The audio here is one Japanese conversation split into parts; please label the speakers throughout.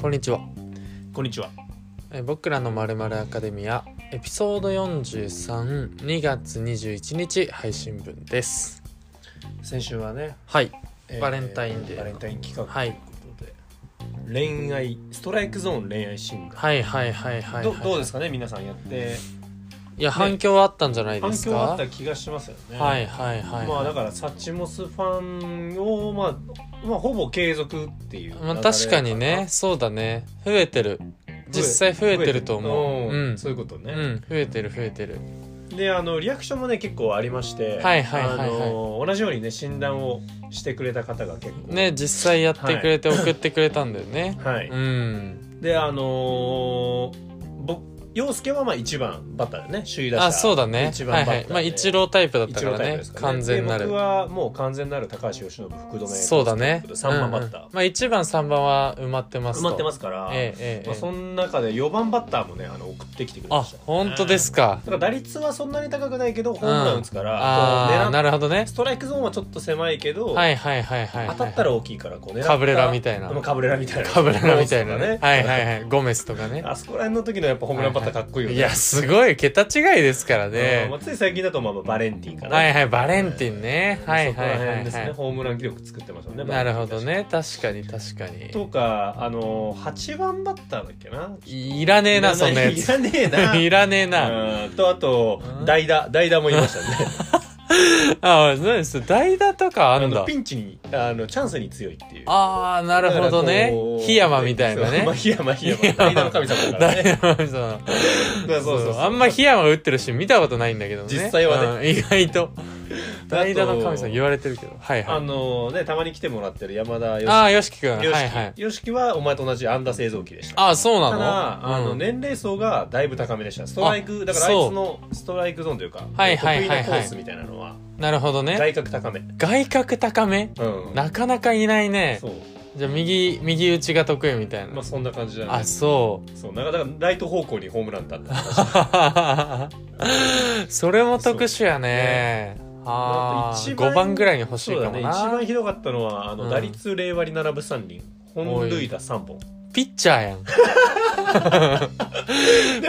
Speaker 1: こんにちは
Speaker 2: こんにちは。
Speaker 1: えー僕らのまるまるアカデミアエピソード432月21日配信分です
Speaker 2: 先週はね、
Speaker 1: はい
Speaker 2: え
Speaker 1: バレンタインデーの
Speaker 2: バレンタイン企画
Speaker 1: はい
Speaker 2: ということで、恋愛ストライクゾーン恋愛シングル、
Speaker 1: はいはいはいはい
Speaker 2: どどうですすかね皆さんやって
Speaker 1: いや反響はあったんじゃないで
Speaker 2: 反
Speaker 1: す
Speaker 2: 響あ
Speaker 1: か
Speaker 2: った気がしますよね。
Speaker 1: はいはいはい、
Speaker 2: まあだからサチモスファンをまあまあほぼ継続っていう流れ
Speaker 1: まあ、確かにねそうだね増えてる実際増えてると思ううん
Speaker 2: そういうことね、
Speaker 1: うん、増えてる増えてる
Speaker 2: であのリアクションもね結構ありまして
Speaker 1: はいはいはいはい
Speaker 2: あの同じようにね診断をしてくれた方が結構
Speaker 1: ね実際やってくれて送ってくれたんだよね、
Speaker 2: はい、
Speaker 1: うん
Speaker 2: であのー、ぼ陽介はまあ一番バッターだね首位打者
Speaker 1: あそうだね
Speaker 2: 一
Speaker 1: は
Speaker 2: 番バ
Speaker 1: い
Speaker 2: ッターで、
Speaker 1: はいまあ一郎タイプだったから
Speaker 2: 一郎タイ
Speaker 1: ね
Speaker 2: プですから
Speaker 1: 完全な
Speaker 2: で
Speaker 1: る
Speaker 2: 僕はもう完全なる高橋由伸福留
Speaker 1: そうだね
Speaker 2: 3番バッター、
Speaker 1: うんうんまあ1番3番は埋まってます
Speaker 2: 埋まってますすから、
Speaker 1: ええええ
Speaker 2: まあ、その中で4番バッターもねあの送ってきてくれ
Speaker 1: あ
Speaker 2: ました
Speaker 1: 本当ですか
Speaker 2: だから打率はそんなに高くないけどホームラン打つから、こう
Speaker 1: あ
Speaker 2: 狙
Speaker 1: あ
Speaker 2: っ
Speaker 1: なるほどね
Speaker 2: ストライクゾーンはちょっと狭いけど、
Speaker 1: はいはいはいはいはい
Speaker 2: 当たったら大きいからこう狙っ
Speaker 1: カブレラみたいな
Speaker 2: うんカブレラみたいな
Speaker 1: カブレラみたいな
Speaker 2: そう
Speaker 1: ね
Speaker 2: だ
Speaker 1: はいはいはいゴメスとかね
Speaker 2: あそこら辺の時のやっぱホームランバッターかっこいいよね、
Speaker 1: いやすごい桁違いですから
Speaker 2: うんま
Speaker 1: ね
Speaker 2: あつい最近だとまあまあバレンティンかな、
Speaker 1: はいはいバレンティンねはい
Speaker 2: そこ
Speaker 1: は
Speaker 2: ら
Speaker 1: いはい
Speaker 2: 辺ですね、
Speaker 1: は
Speaker 2: ホームラン記録作ってましたもんね
Speaker 1: いなるほどね確かに確かに
Speaker 2: とかあの8番バッターだっけない
Speaker 1: らねえなそんなや
Speaker 2: い
Speaker 1: つ
Speaker 2: らねえな い
Speaker 1: らねえな
Speaker 2: うんとあと
Speaker 1: うん
Speaker 2: 代打代打もいましたね
Speaker 1: あ何です代打とか あ
Speaker 2: あ
Speaker 1: んだ
Speaker 2: のピンチにあのチャンスに強いっていう
Speaker 1: ああなるほど
Speaker 2: だから
Speaker 1: ね
Speaker 2: こう
Speaker 1: 檜山みたいなね
Speaker 2: そうまあ檜山檜山
Speaker 1: 檜山
Speaker 2: 代打の神様だか ら
Speaker 1: ダイ
Speaker 2: ね
Speaker 1: ヤモンドさん
Speaker 2: そうそうそう
Speaker 1: あんま檜山が打ってるシーン見たことないんだけどね
Speaker 2: 実際は
Speaker 1: ね、うん意外と代打の神
Speaker 2: あ
Speaker 1: 様
Speaker 2: と
Speaker 1: 言われてるけどはいはい
Speaker 2: あのねたまに来てもらってる山田よし
Speaker 1: ああよしきくんは
Speaker 2: よしき
Speaker 1: いはい
Speaker 2: よしきはお前と同じアンダー製造機でした
Speaker 1: ああそうな
Speaker 2: た
Speaker 1: の
Speaker 2: だあの
Speaker 1: うん
Speaker 2: 年齢層がだいぶ高めでしたストライクだからあい
Speaker 1: そう
Speaker 2: つのストライクゾーンというか得
Speaker 1: はい
Speaker 2: 意
Speaker 1: はいはいはい
Speaker 2: なコースみたいなのは
Speaker 1: なるほどね
Speaker 2: 外角高め
Speaker 1: 外角高め
Speaker 2: うん
Speaker 1: なかなかいないね
Speaker 2: そう
Speaker 1: じゃあ右右打ちが得意みたい
Speaker 2: ま
Speaker 1: な
Speaker 2: あそんな感じだ
Speaker 1: あ
Speaker 2: ね
Speaker 1: そ
Speaker 2: そうなんかだからライト方向にホームランだった
Speaker 1: う それも特殊やねああ
Speaker 2: 一
Speaker 1: 5番ぐらいに欲しい
Speaker 2: そう
Speaker 1: か
Speaker 2: だ
Speaker 1: も
Speaker 2: ね一
Speaker 1: な、
Speaker 2: 番ひどかったのはあ
Speaker 1: う
Speaker 2: の
Speaker 1: ん
Speaker 2: 打率0割並ぶ三輪本塁打3本
Speaker 1: ピッチャーやん
Speaker 2: で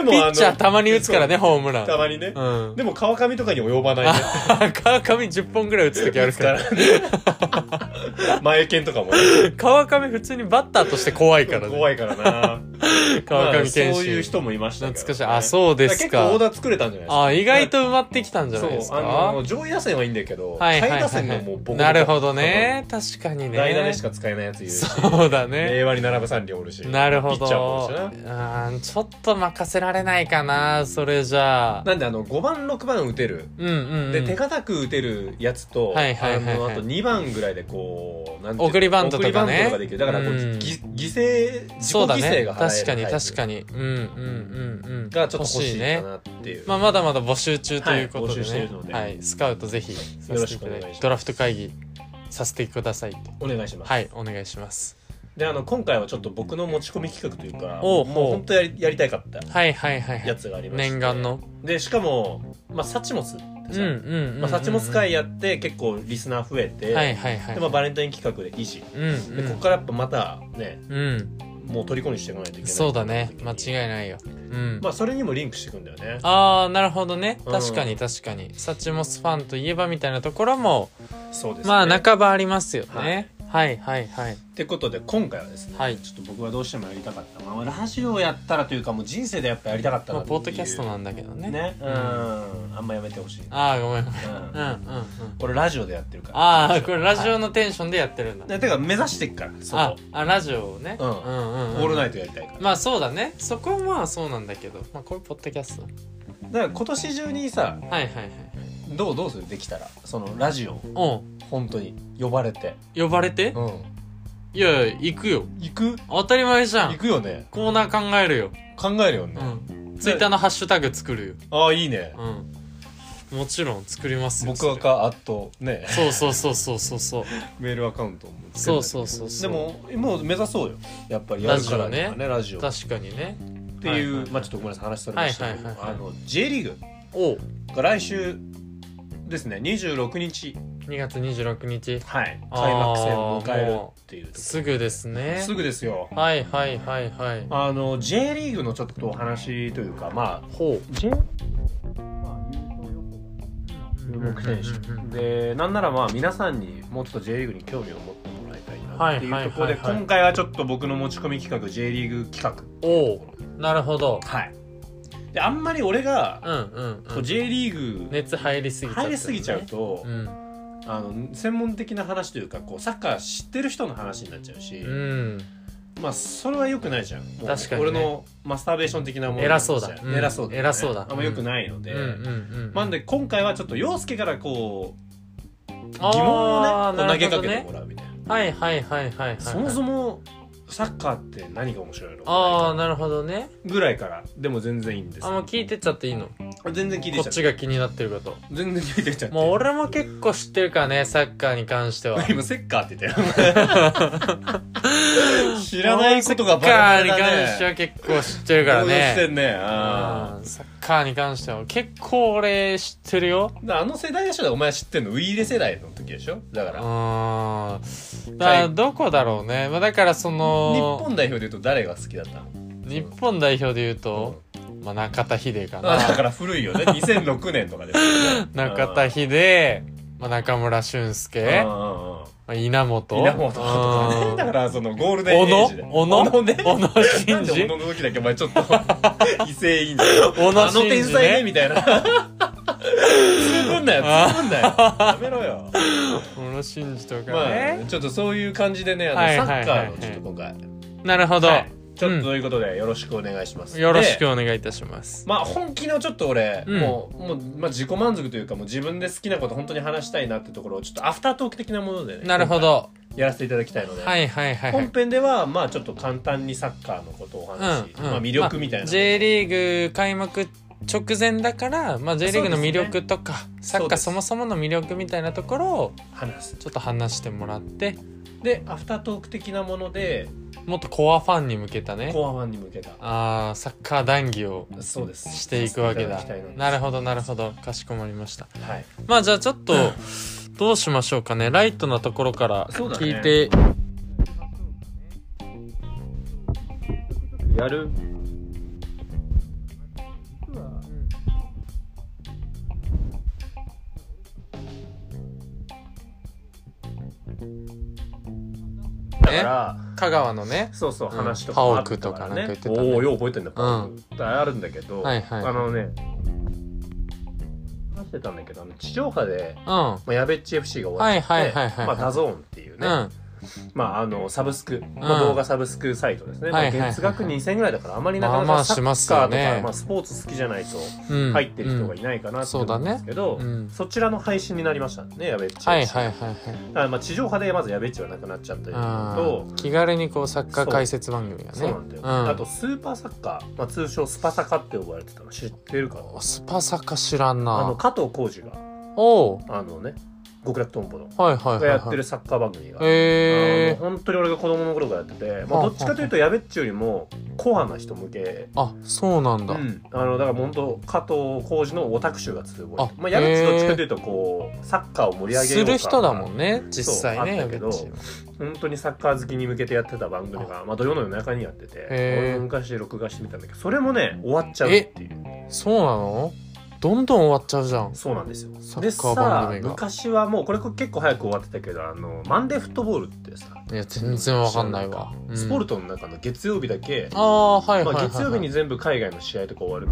Speaker 1: ピッチャー
Speaker 2: た
Speaker 1: たまに打つからねホームラン
Speaker 2: たまにね
Speaker 1: うん
Speaker 2: でも川上とかに及ばないね
Speaker 1: あ川上10本ぐらい打つ時あるから
Speaker 2: 前剣と かもね
Speaker 1: 川上普通にバッターとして怖いからね
Speaker 2: 怖いからな
Speaker 1: 川上
Speaker 2: まあそう
Speaker 1: 健
Speaker 2: いう
Speaker 1: 信
Speaker 2: 人もいましたけどね
Speaker 1: 懐かしいあそうです
Speaker 2: だら
Speaker 1: か
Speaker 2: 結構オーダー作れたんじゃないですか
Speaker 1: あ意外と埋まってきたんじゃ
Speaker 2: そ
Speaker 1: な
Speaker 2: う
Speaker 1: いです
Speaker 2: あ
Speaker 1: か
Speaker 2: の上位打線はいいんだけど、
Speaker 1: はいはい
Speaker 2: 下位打
Speaker 1: はい
Speaker 2: 線
Speaker 1: は
Speaker 2: がもうボコボ
Speaker 1: い
Speaker 2: コ
Speaker 1: なるほどね確かにね
Speaker 2: 代打でしか使えないやついるし
Speaker 1: そうだね
Speaker 2: 令和に並ぶ三両おるし
Speaker 1: なるほ
Speaker 2: ピ
Speaker 1: ど
Speaker 2: ッチャーもおるしな
Speaker 1: あーちょっと任せられないかなそれじゃあ
Speaker 2: なんであの5番6番打てる
Speaker 1: うんうんうん
Speaker 2: で、手堅く打てるやつと、
Speaker 1: はいはいはいはい
Speaker 2: あのあと2番ぐらいでこうなんていうの
Speaker 1: 送りバントとかね
Speaker 2: 送りバントできるだからこう、
Speaker 1: うん
Speaker 2: ぎ犠牲自己
Speaker 1: そう
Speaker 2: 犠
Speaker 1: だ
Speaker 2: 牲
Speaker 1: ね
Speaker 2: が
Speaker 1: 確かに確
Speaker 2: に
Speaker 1: かにうんうんうんうん
Speaker 2: がちょっと欲しいかなっていう
Speaker 1: まあ、まだまだ募集中ということで
Speaker 2: はい募集してい
Speaker 1: ね
Speaker 2: るの、で
Speaker 1: はいスカウトぜひさせていただ
Speaker 2: よろしくお願いし
Speaker 1: い
Speaker 2: ま
Speaker 1: て
Speaker 2: す
Speaker 1: ドラフト会議させてくださいって
Speaker 2: お願いします、
Speaker 1: はいお願いします
Speaker 2: であの今回はちょっと僕の持ち込み企画というか
Speaker 1: おう
Speaker 2: も
Speaker 1: ほう
Speaker 2: う本当やりやりたいかった
Speaker 1: はいはいはいは
Speaker 2: や
Speaker 1: い
Speaker 2: つがありまして
Speaker 1: 念願の
Speaker 2: でしかも、まあ、サチモスって
Speaker 1: うん
Speaker 2: さ、
Speaker 1: うんうん、うん、
Speaker 2: まあ、サチモス会やって結構リスナー増えて、
Speaker 1: はいはいはい
Speaker 2: でまあ、バレンタイン企画で維持
Speaker 1: うん
Speaker 2: でここからやっぱまたね
Speaker 1: うん、うん、
Speaker 2: もう虜にしていかないといけない
Speaker 1: そうだね間
Speaker 2: い
Speaker 1: 違いないようん、
Speaker 2: まあそれにもリンクしていくんだよね
Speaker 1: ああなるほどね
Speaker 2: うん
Speaker 1: 確かに確かにサチモスファンといえばみたいなところも、
Speaker 2: そうですね
Speaker 1: まあ半ばありますよね、はい、はいはい
Speaker 2: ってことで今回はですね、
Speaker 1: はい
Speaker 2: ちょっと僕はどうしてもやりたかった、まあ、ラジオをやったらというかもう人生でやっぱやりたかった
Speaker 1: まあ
Speaker 2: なっていう
Speaker 1: ポッドキャストなんだけどね
Speaker 2: ねうんあんまやめてほしい、うん、
Speaker 1: ああごめんごめんうんうんうん
Speaker 2: 俺ラジオでやってるから
Speaker 1: ああこれラジ
Speaker 2: は
Speaker 1: オのテンションでやってるんだ、
Speaker 2: いねてか目指していくからそこ
Speaker 1: ああラジオをね、
Speaker 2: うん
Speaker 1: んうん
Speaker 2: オ
Speaker 1: うん
Speaker 2: ールナイトやりたいから
Speaker 1: まあそうだねそこはまあそうなんだけどまあこれポッドキャスト
Speaker 2: だから今年中にさ
Speaker 1: はいはいはい
Speaker 2: どうどうするできたらそのラジオ
Speaker 1: おん
Speaker 2: 本当に呼ばれて、
Speaker 1: 呼ばれて、
Speaker 2: うん、
Speaker 1: いやいや行くよ
Speaker 2: 行く
Speaker 1: 当たり前じゃ
Speaker 2: 行
Speaker 1: ん
Speaker 2: くよね
Speaker 1: コーナー考えるよ、
Speaker 2: 考えるよね、
Speaker 1: うんツイッターのハッシュタグ作るよ
Speaker 2: ああいいね、
Speaker 1: うんもちろん作りますよ
Speaker 2: 僕はかあとね
Speaker 1: それそうそうそうそうそうそう
Speaker 2: メールアカウントも
Speaker 1: そうそううそうそう
Speaker 2: でももう目指そうよやっぱりやるからに
Speaker 1: ラジ
Speaker 2: は
Speaker 1: オ
Speaker 2: ねラジオ
Speaker 1: 確かにね
Speaker 2: っていう、
Speaker 1: はいはいはい
Speaker 2: まあちょっとごめんなさい話それましたけど、
Speaker 1: はいはいはいはい
Speaker 2: あの J リーグ
Speaker 1: お
Speaker 2: が来週ですね26日、
Speaker 1: 2月26日
Speaker 2: はい、
Speaker 1: あー
Speaker 2: 開幕戦を迎えるっていうとこ
Speaker 1: すぐですね
Speaker 2: すぐですよ
Speaker 1: はいはいはいはい
Speaker 2: あの J リーグのちょっとお話というかまあ
Speaker 1: ほう
Speaker 2: J まあ優勝予想注目選
Speaker 1: うんうんうんうん
Speaker 2: 手でなんならまあ皆さんにもうちょっと J リーグに興味を持ってもらいたいなっていうところで
Speaker 1: はいはいはいはい
Speaker 2: 今回はちょっと僕の持ち込み企画 J リーグ企画
Speaker 1: おうなるほど
Speaker 2: はいであんまり俺が
Speaker 1: うんうん
Speaker 2: こ
Speaker 1: う
Speaker 2: うん J リーグ
Speaker 1: 熱入りすぎちゃってるね
Speaker 2: 入りすぎちゃうと
Speaker 1: うん
Speaker 2: あの専門的な話というかこうサッカー知ってる人の話になっちゃうし
Speaker 1: うん
Speaker 2: まあそれは良くないじゃんもう
Speaker 1: 確かにね
Speaker 2: 俺のマスターベーション的なもの
Speaker 1: 偉そうだ
Speaker 2: になっちゃ
Speaker 1: うん
Speaker 2: 偉そうだよね
Speaker 1: 偉そうだ
Speaker 2: あんま良くないので
Speaker 1: うんうんうん
Speaker 2: なんで今回はちょっと陽介からこう疑
Speaker 1: あー
Speaker 2: 問をねこう
Speaker 1: な
Speaker 2: 投
Speaker 1: る
Speaker 2: げ
Speaker 1: ほど
Speaker 2: か
Speaker 1: ね
Speaker 2: けてもらうみたいな
Speaker 1: はいはいはいはいはいはい
Speaker 2: そもそもサッカーって何が面白いの
Speaker 1: ああなるほどね
Speaker 2: ぐらいからでも全然いいんです
Speaker 1: あもう聞いてっちゃっていいのこ
Speaker 2: 全然聞いてき
Speaker 1: っ
Speaker 2: ち
Speaker 1: ち
Speaker 2: ゃう
Speaker 1: が気になってること
Speaker 2: 全然聞いてきちゃって
Speaker 1: もう俺も結構知ってるからねサッカーに関しては
Speaker 2: 今セッカーって 言ったよ知らないことが
Speaker 1: サッカー
Speaker 2: バ
Speaker 1: に
Speaker 2: カ
Speaker 1: 関しては結構知ってるから
Speaker 2: して
Speaker 1: ね
Speaker 2: んね
Speaker 1: うん
Speaker 2: あ
Speaker 1: サッカーに関しては結構俺知ってるよ
Speaker 2: ーだからあの世代でしょお前知ってんのウイイレ世代の時でしょだか
Speaker 1: う
Speaker 2: ら
Speaker 1: んだからどこだろうねまあだからそ
Speaker 2: 日
Speaker 1: の
Speaker 2: 本代表で言うと誰が好きだったの
Speaker 1: 日本代表で言うと、まあ、中田秀か
Speaker 2: あだ
Speaker 1: な
Speaker 2: から古 いよね2006年とかですよね
Speaker 1: 中田秀、まあ、中村俊輔
Speaker 2: うんうんうん
Speaker 1: まあ稲本
Speaker 2: 稲本とか
Speaker 1: う
Speaker 2: ね
Speaker 1: ん
Speaker 2: だからそのゴールデ
Speaker 1: 小
Speaker 2: ンエイ
Speaker 1: 野
Speaker 2: ジで
Speaker 1: 小野
Speaker 2: 小野ね
Speaker 1: 小野
Speaker 2: な
Speaker 1: 真
Speaker 2: んで小
Speaker 1: 二
Speaker 2: 野の時だけお前ちょっと異性いいんだ
Speaker 1: 小野
Speaker 2: あの
Speaker 1: 真
Speaker 2: 天
Speaker 1: 二
Speaker 2: 才ね
Speaker 1: ね
Speaker 2: みたいなつぶんなよつぶんなよやめろよ
Speaker 1: 小野真二とか
Speaker 2: ま
Speaker 1: ね
Speaker 2: あちょっとそういう感じでねあの
Speaker 1: はい
Speaker 2: サ
Speaker 1: はいはいは
Speaker 2: ッ
Speaker 1: い
Speaker 2: カーのちょっと今回
Speaker 1: なるほど
Speaker 2: はいちょっとということでよろしくお願いします
Speaker 1: よろしく
Speaker 2: で
Speaker 1: お願いいたします
Speaker 2: まあ本気のちょっと俺
Speaker 1: うん
Speaker 2: もうもうまあ自己満足というかもう自分で好きなこと本当に話したいなってところをちょっとアフタートーク的なものでね
Speaker 1: なるほど
Speaker 2: 今回やらせていただきたいので
Speaker 1: はいはいはいはい
Speaker 2: 本編ではまあちょっと簡単にサッカーのことをお話し、
Speaker 1: うんうん
Speaker 2: まあ、魅力みたいな、
Speaker 1: まあ J リーグ開幕直前だから、まあ、J リーグの魅力とか、サッ
Speaker 2: そう
Speaker 1: カー
Speaker 2: です
Speaker 1: そもそもの魅力みたいなところを
Speaker 2: 話す
Speaker 1: ちょっと話してもらって
Speaker 2: でアフタートーク的なもので
Speaker 1: もっとコアファンに向けたね
Speaker 2: コアファンに向けた
Speaker 1: あーサッカー談義を
Speaker 2: そうです
Speaker 1: していくわけだ
Speaker 2: させていたきたい
Speaker 1: なるほどなるほどかしこまりました
Speaker 2: どはい
Speaker 1: まあじゃあちょっとどうしましょうかねライトなところから
Speaker 2: そうだね
Speaker 1: 聞いて、
Speaker 2: やるだから
Speaker 1: 香川のね
Speaker 2: そうそう
Speaker 1: うん
Speaker 2: 話とか
Speaker 1: パオ
Speaker 2: あった
Speaker 1: クとかなんか言ってたね
Speaker 2: らねおおよう覚えてんだパオ
Speaker 1: う
Speaker 2: クってあるんだけど、
Speaker 1: はいはい
Speaker 2: あのね話してたんだけどあの地上波で、
Speaker 1: うんは
Speaker 2: まあ、やべっち FC が終わっちゃって、
Speaker 1: はいはいはいはい
Speaker 2: まあ、ダゾーンっていう
Speaker 1: い
Speaker 2: ね、まあ、あのサブスク、まあ、
Speaker 1: うん
Speaker 2: 動画サブスクサイトですね、
Speaker 1: はいはいはい
Speaker 2: まあ、月額2000円ぐらいだからあまりなか
Speaker 1: ま
Speaker 2: な
Speaker 1: あま
Speaker 2: か
Speaker 1: あ
Speaker 2: サッ
Speaker 1: し
Speaker 2: カ
Speaker 1: ますよ
Speaker 2: ーとか、
Speaker 1: ね
Speaker 2: まあ、スポーツ好きじゃないと
Speaker 1: うん
Speaker 2: 入ってる人が
Speaker 1: い
Speaker 2: いないかなって
Speaker 1: うん
Speaker 2: 思うんですけど、
Speaker 1: うんうん
Speaker 2: そちらの配信になりましたねやべっち
Speaker 1: はいはいはいはい
Speaker 2: あまあ、地上波でまずやべっちはなくなっちゃったというの
Speaker 1: う
Speaker 2: と
Speaker 1: ん気軽にこうサッカー解説番組がね
Speaker 2: そうなんだよ、あとスーパーサッカー、まあ、通称スパサカって呼ばれてたの知ってるかな
Speaker 1: スパサッカー知らん
Speaker 2: あの
Speaker 1: な
Speaker 2: 加藤浩次が
Speaker 1: おう
Speaker 2: あのね極楽とんぼの
Speaker 1: はいはいはい、は
Speaker 2: が
Speaker 1: い、
Speaker 2: やってるサッカー番組が、
Speaker 1: へ
Speaker 2: あ
Speaker 1: え
Speaker 2: の本当に俺が子供の頃からやってて、まあ、
Speaker 1: はあ
Speaker 2: どっちかというとやべっちよりもコアな人向け、
Speaker 1: あそうなんだ、
Speaker 2: うんあのだから本当加藤浩次のオタク集が集う
Speaker 1: あ
Speaker 2: まあ、やべっち
Speaker 1: へー
Speaker 2: どっちかというとこうサッカーを盛り上げよ
Speaker 1: す
Speaker 2: うか
Speaker 1: る人だもんね実際ね
Speaker 2: そうあったけど
Speaker 1: やべっち
Speaker 2: 本当にサッカー好きに向けてやってた番組がまあ、土曜の夜中にやってて
Speaker 1: へー
Speaker 2: 俺も昔録画してみたんだけどそれもね終わっちゃうっていう
Speaker 1: そうなのどんどん終わっちゃうじゃん
Speaker 2: そうなんですよ
Speaker 1: サ
Speaker 2: で
Speaker 1: ッカ
Speaker 2: さ
Speaker 1: ー番組が
Speaker 2: 昔はもうこれ結構早く終わってたけどあのマンデーフットボールってさ
Speaker 1: いや全然わかんないわ、うん
Speaker 2: スポルトの中の月曜日だけ、
Speaker 1: ああはいはい
Speaker 2: ま
Speaker 1: はい、は
Speaker 2: あ、
Speaker 1: い
Speaker 2: 月曜日に全部海外の試合とか終わる、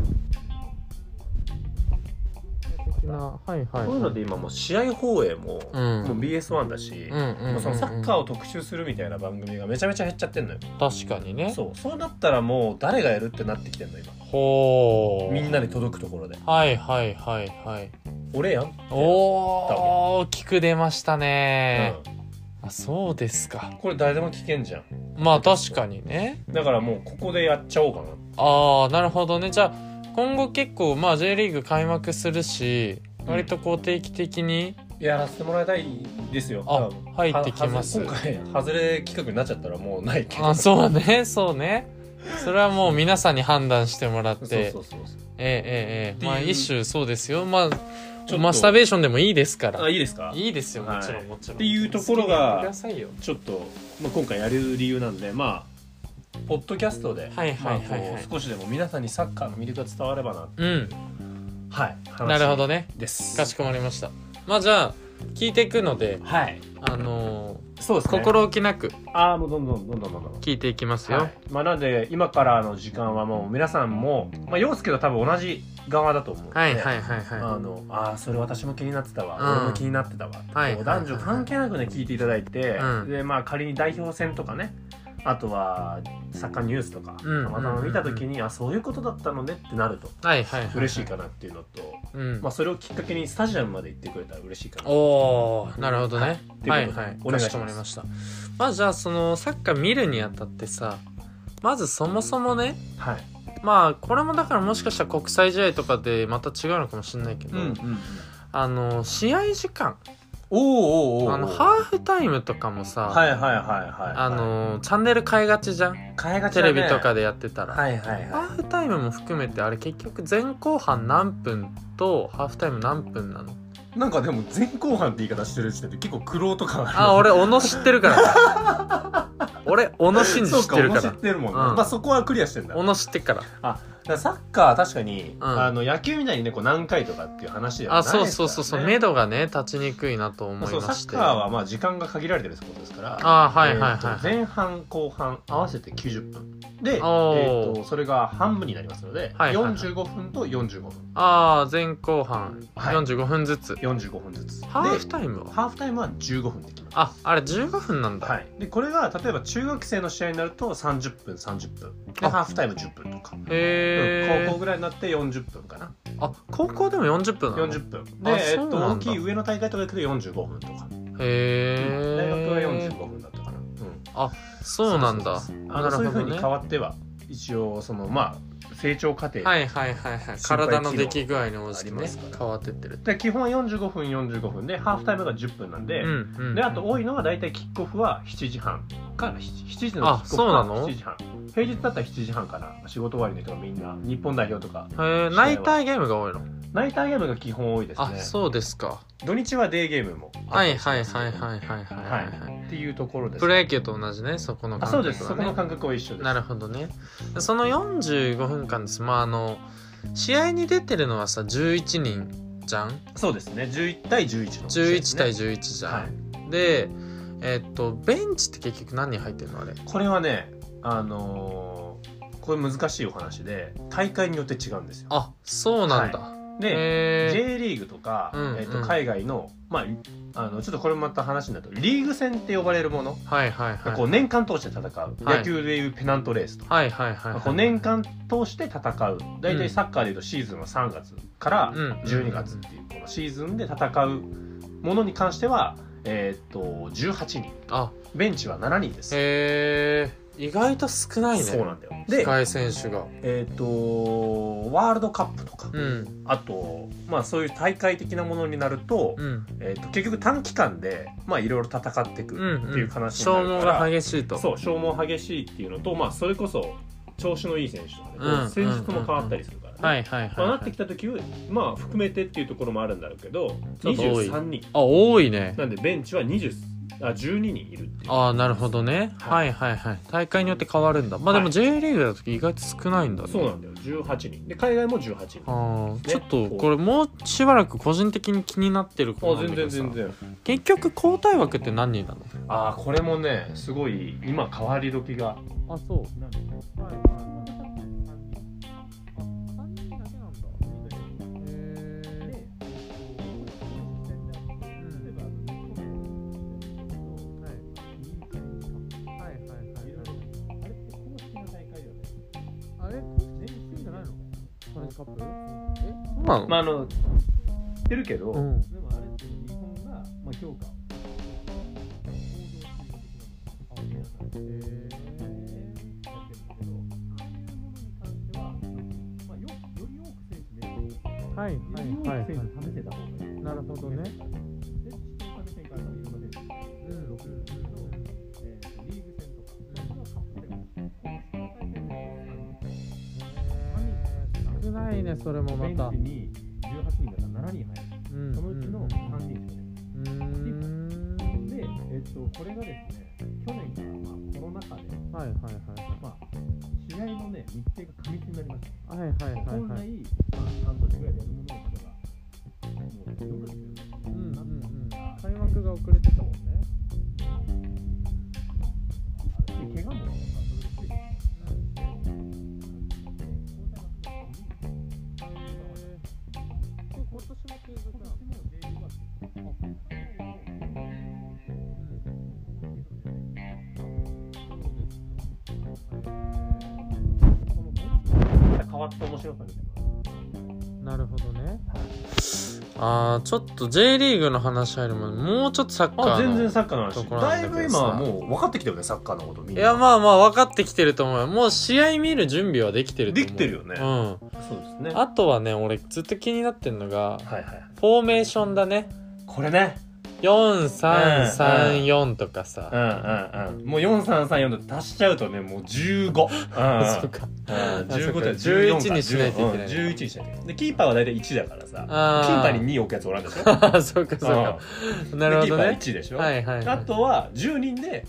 Speaker 1: なはいはい
Speaker 2: そういうので今もう試合放映も,、
Speaker 1: うん
Speaker 2: もう BS1 だし、
Speaker 1: うんうんうんうん
Speaker 2: もうそのサッカーを特集するみたいな番組がめちゃめちゃ減っちゃってんのよ
Speaker 1: 確かにね
Speaker 2: そうそうなったらもう誰がやるってなってきてんの今
Speaker 1: ほう
Speaker 2: みんなに届くところで
Speaker 1: はいはいはいはい
Speaker 2: 俺やんって
Speaker 1: おー大きく出ましたね、
Speaker 2: う
Speaker 1: あそうですか
Speaker 2: んこれ誰でも聞けんじゃん
Speaker 1: まあ確かにね
Speaker 2: だからもうここでやっちゃおうかな
Speaker 1: ああなるほどねじゃあ今後結構まあ J リーグ開幕するし
Speaker 2: うん
Speaker 1: 割とこう定期的に、
Speaker 2: やらせてもらいたいですよ
Speaker 1: あ
Speaker 2: うん
Speaker 1: 入ってきます
Speaker 2: は外れ今回外れ企画になっちゃったらもうないけど
Speaker 1: あそうねそうねそれはもう皆さんに判断してもらって
Speaker 2: そうそうそうそう
Speaker 1: ええええええ
Speaker 2: っていう
Speaker 1: まあ一種そうですよま
Speaker 2: ち
Speaker 1: あ
Speaker 2: ょっと
Speaker 1: マスターベーションでもいいですから
Speaker 2: あいいですか
Speaker 1: いいですよもちろ
Speaker 2: は
Speaker 1: んもちろん
Speaker 2: っていうところ
Speaker 1: 好きにやっ
Speaker 2: が
Speaker 1: てくださいよ
Speaker 2: ちょっと、まあ、今回やる理由なんでまあポッドキャストで
Speaker 1: はいはいはいはい
Speaker 2: まあこう少しでも皆さんにサッカーの魅力が伝わればな
Speaker 1: うん
Speaker 2: はい話
Speaker 1: なるほどね
Speaker 2: です
Speaker 1: かしこまりましたまあじゃあ聞いていくので
Speaker 2: はい
Speaker 1: あの
Speaker 2: そうです
Speaker 1: ー
Speaker 2: ね
Speaker 1: 心置きなく
Speaker 2: ああもうどんどんどんどんどんどん
Speaker 1: 聞いていきますよ、
Speaker 2: はいまあ、なんで今からの時間はもう皆さんも、まあ、陽介と多分同じ側だと思うので
Speaker 1: はい、はいはいはい
Speaker 2: あのあーそれ私も気になってたわ、
Speaker 1: うん
Speaker 2: 俺も気になってたわ、
Speaker 1: はい
Speaker 2: こう男女関係なくね聞いていただいて、
Speaker 1: うん
Speaker 2: でまあ仮に代表戦とかねあとはサッカーニュースとか、
Speaker 1: うん
Speaker 2: たまたま見た時に、あそういうことだったのねってなると
Speaker 1: はいはいはい
Speaker 2: 嬉しいかなっていうのと、
Speaker 1: うん
Speaker 2: まあ、それをきっかけにスタジアムまで行ってくれたら嬉しいかな
Speaker 1: おーなるほど
Speaker 2: はい
Speaker 1: ね
Speaker 2: と
Speaker 1: はいいう
Speaker 2: ことで
Speaker 1: はい
Speaker 2: お願いし
Speaker 1: か
Speaker 2: ます
Speaker 1: しこまりましたまあじゃあそのサッカー見るにあたってさまずそもそもね
Speaker 2: はい、
Speaker 1: まあこれもだからもしかしたら国際試合とかでまた違うのかもしれないけど、あの試合時間
Speaker 2: おーおーおー
Speaker 1: あのハーフタイムとかもさ、
Speaker 2: はいはいはいはい
Speaker 1: あのチャンネル変えがちじゃん
Speaker 2: 変えがち
Speaker 1: テ
Speaker 2: だ
Speaker 1: レ
Speaker 2: ね
Speaker 1: ビとかでやってたら、
Speaker 2: はいはい
Speaker 1: ハ
Speaker 2: は
Speaker 1: ーフタイムも含めてあれ結局前後半何分とハーフタイム何分なの
Speaker 2: いなんかでも前後半って言い方してる時点で結構苦労とか
Speaker 1: あ俺小野知ってるから 俺小野真二
Speaker 2: そう
Speaker 1: 知っ
Speaker 2: か
Speaker 1: てるか
Speaker 2: 知っ
Speaker 1: ら
Speaker 2: てるもんね、
Speaker 1: うん
Speaker 2: まあそこはクリアしてんだ
Speaker 1: 小野知ってっから
Speaker 2: だからサッカーは確かに、
Speaker 1: ん
Speaker 2: あの野球みたいにねこう何回とかっていう話ではない
Speaker 1: あ
Speaker 2: ですか
Speaker 1: そう
Speaker 2: ら、ね、
Speaker 1: そうそうそう、
Speaker 2: 目
Speaker 1: 目処がね立ちにくいなと思い
Speaker 2: そうサ
Speaker 1: まし
Speaker 2: ッ
Speaker 1: て
Speaker 2: カーはまあ時間が限られてるってことですから
Speaker 1: あーはいはいはい
Speaker 2: えーと前半後半合わせて90分で、え
Speaker 1: おー
Speaker 2: ー、とそれが半分になりますので、
Speaker 1: はいはいはい
Speaker 2: 45分と45分
Speaker 1: ああ前後半
Speaker 2: はい
Speaker 1: 45分ずつ、
Speaker 2: 45分ずつで
Speaker 1: ハーフタイムは
Speaker 2: ハーフタイムは15分で決まりま
Speaker 1: ああれ15分なんだ、
Speaker 2: す、はい、でこれが例えば中学生の試合になると30分30分で
Speaker 1: あ
Speaker 2: ハーフタイム10分とか、
Speaker 1: へえ、
Speaker 2: うん高校ぐらいになって40分かな
Speaker 1: あ高校でも40分なの
Speaker 2: 40分で、
Speaker 1: あ
Speaker 2: えっ
Speaker 1: そう
Speaker 2: と、
Speaker 1: な
Speaker 2: 大
Speaker 1: んだ
Speaker 2: きい上の大会とか行くと45分とか、
Speaker 1: へえ
Speaker 2: 大学は45分だったかな、うん、
Speaker 1: そうなんだ
Speaker 2: そうそうそうあ
Speaker 1: な
Speaker 2: の
Speaker 1: るほ
Speaker 2: そうい
Speaker 1: ど
Speaker 2: う
Speaker 1: ね
Speaker 2: ふうに変わっては一応そのまあ成長過程、
Speaker 1: はいはいはいはい
Speaker 2: 心配機能
Speaker 1: 体の出来具合に応じて
Speaker 2: ありま
Speaker 1: ね
Speaker 2: すから
Speaker 1: 変わってってる
Speaker 2: で基本は45分45分でハーフタイムが10分なんで、
Speaker 1: うんうん
Speaker 2: であと多いのは大体キックオフは7時半から7 7時の
Speaker 1: あ
Speaker 2: キック
Speaker 1: そ
Speaker 2: オ
Speaker 1: う
Speaker 2: フ
Speaker 1: な
Speaker 2: が
Speaker 1: の
Speaker 2: 7時半平日だったら7時半から仕事終わりの人がみんな日本代表とか
Speaker 1: へーナイターゲームが多いの、
Speaker 2: ナイターゲームが基本多いです
Speaker 1: あ
Speaker 2: ね
Speaker 1: そうですか
Speaker 2: 土日はデーゲームもあ
Speaker 1: は
Speaker 2: った
Speaker 1: い
Speaker 2: りしま
Speaker 1: はい
Speaker 2: すけど
Speaker 1: はいはいはいはいはい、
Speaker 2: は
Speaker 1: はい
Speaker 2: っていうところで
Speaker 1: い、
Speaker 2: す
Speaker 1: プロ野球と同じねそこの
Speaker 2: あ
Speaker 1: 感
Speaker 2: そう
Speaker 1: 覚
Speaker 2: です、そ
Speaker 1: は
Speaker 2: こ
Speaker 1: ね
Speaker 2: の感覚は一緒です
Speaker 1: なるほどねその45分間ですまああの試合に出てるのはさ11人じゃん
Speaker 2: そうですね11対11の
Speaker 1: 11対
Speaker 2: 11
Speaker 1: 11じゃん、
Speaker 2: はい、
Speaker 1: でえっとベンチって結局何人入ってるのあれ
Speaker 2: これはねあのーこれ難しいお話で大会によって違うんですよ
Speaker 1: あそうなんだ、
Speaker 2: で
Speaker 1: へ
Speaker 2: J リーグとか、
Speaker 1: うんうん
Speaker 2: えっと海外の,、まあ、あのちょっとこれもまた話になるとリーグ戦って呼ばれるもの、
Speaker 1: ーはいはいはい
Speaker 2: こう年間通して戦う、
Speaker 1: はい
Speaker 2: 野球でいうペナントレースとか、
Speaker 1: はいはいはいはい
Speaker 2: こう年間通して戦う大
Speaker 1: う
Speaker 2: 体
Speaker 1: ん
Speaker 2: サッカーでいうとシーズンは3月から
Speaker 1: うん
Speaker 2: 12月っていうこのシーズンで戦うものに関しては、えっと18人
Speaker 1: あ
Speaker 2: ベンチは7人です。
Speaker 1: へえ意外と少ないね
Speaker 2: そうなんだよ。で、
Speaker 1: 控え選手が
Speaker 2: えっ、とワールドカップとか、
Speaker 1: うん
Speaker 2: あとまあそういう大会的なものになると、
Speaker 1: うん
Speaker 2: えっ、と結局短期間でまあいろいろ戦っていく
Speaker 1: うん
Speaker 2: っていう話に
Speaker 1: 消
Speaker 2: なる
Speaker 1: 耗
Speaker 2: から、
Speaker 1: が激しいと
Speaker 2: そう消耗激しいっていうのとまあそれこそ調子のいい選手とかね、こう
Speaker 1: うん
Speaker 2: 戦術も変わったりするからね。
Speaker 1: はいはいはい、
Speaker 2: まあ、
Speaker 1: は
Speaker 2: ないってきた時はまあ含めてっていうところもあるんだろうけど
Speaker 1: ちょっと多い
Speaker 2: 23人
Speaker 1: あ多いね
Speaker 2: なんでベンチは20あ12人いるっていう
Speaker 1: ああなるほどね、
Speaker 2: は
Speaker 1: はい、はいはい大会によって変わるんだまあで
Speaker 2: は
Speaker 1: も
Speaker 2: い
Speaker 1: J リーグだと意外と少ないんだね
Speaker 2: そうなんだよ18人で海外も18人
Speaker 1: あー
Speaker 2: ね
Speaker 1: ちょっとこれもうしばらく個人的に気になってること
Speaker 2: あ
Speaker 1: なんだ
Speaker 2: 全
Speaker 1: け
Speaker 2: 然
Speaker 1: どさ
Speaker 2: 全然
Speaker 1: 結局交代枠って何人なの
Speaker 2: ああこれもねすごい今変わり時が
Speaker 1: あそうなの、
Speaker 2: まああの知ってるけど、
Speaker 1: うん
Speaker 2: でもあれって日本が、まあ、強化を行動的なものをやってるんだけどああいうものに関しては、まあ、よより多く選手ね
Speaker 1: はい
Speaker 2: はいはい
Speaker 1: はいは
Speaker 2: はい、
Speaker 1: いはい
Speaker 2: 試せた方がいい。
Speaker 1: なるほどね。
Speaker 2: で、試合試せんから多分いろんな選手がいるけど、6人の、えー、リーグ戦とか、それはカップ戦、この試合戦で
Speaker 1: ねそれもま
Speaker 3: ベン
Speaker 1: た
Speaker 3: チに18人だから7人入る
Speaker 1: うん
Speaker 3: そのうちの3人しか出ない
Speaker 1: うん
Speaker 3: で、えっと、これがですね、去年からまあコロナ禍で、
Speaker 1: はいはいは
Speaker 3: まあ、試合の、ね、日程が過密になりまし
Speaker 1: いはいはい
Speaker 3: た。
Speaker 1: はい
Speaker 3: 本
Speaker 1: はいはい
Speaker 3: 来、まあ、半年ぐらいでやるものを、例えば、もう夜ですよね。
Speaker 1: うんうん
Speaker 3: なって
Speaker 1: うん
Speaker 3: たから
Speaker 1: 開幕が遅れてたもんね
Speaker 3: で怪我も、まあ、それでついて
Speaker 4: 今年も継続なの
Speaker 3: 変わった面白さみたいな。
Speaker 1: なるほどねあーちょっと J リーグの話よりももうちょっとサッカーの
Speaker 2: あ全然サッカーの
Speaker 1: と
Speaker 2: 話
Speaker 1: ころなん
Speaker 2: だ
Speaker 1: だけ
Speaker 2: い
Speaker 1: どさ
Speaker 2: ぶ今はもう分かってきたよねサッカーのことみん
Speaker 1: い
Speaker 2: な
Speaker 1: やまあまあ分かってきてると思うよもう試合見る準備はできてると思う
Speaker 2: できてるよね
Speaker 1: う
Speaker 2: そうですね
Speaker 1: んあとはね俺ずっと気になってんのが
Speaker 2: はいはい
Speaker 1: フォーメーションだね
Speaker 2: これね
Speaker 1: 4334とか
Speaker 2: う
Speaker 1: さ、
Speaker 2: んうんうんもう4334と足しちゃうとねもう15うん
Speaker 1: そっか
Speaker 2: うん15と
Speaker 1: 11にしないといけない
Speaker 2: うん11にしないといけないでキーパーは大体1だからさ
Speaker 1: あー
Speaker 2: キーパーに2置くやつおらんでしょ
Speaker 1: そうかそうか
Speaker 2: う
Speaker 1: なるほ
Speaker 2: でキ
Speaker 1: ど
Speaker 2: ーパー
Speaker 1: ね
Speaker 2: 1でしょ
Speaker 1: はいはい、はい、
Speaker 2: あとは10人で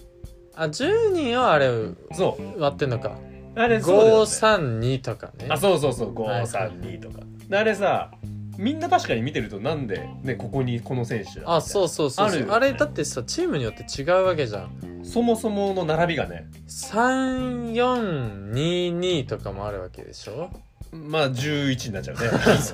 Speaker 1: あ10人はあれ
Speaker 2: そう
Speaker 1: 割ってんのか
Speaker 2: あれそうだよね
Speaker 1: 532とかね
Speaker 2: あそうそうそう
Speaker 1: はい
Speaker 2: 532とかであれさみんな確かに見てるとなんでねここにこの選手だ
Speaker 1: あそううそうそう
Speaker 2: あ
Speaker 1: そう
Speaker 2: る
Speaker 1: あ,、
Speaker 2: よね
Speaker 1: れだってさチームによって違うわけじゃん
Speaker 2: そもそもの並びがね
Speaker 1: 3422とかもあるわけでし ょ
Speaker 2: まあ11になっちゃうね
Speaker 1: 3421と
Speaker 2: 足段はし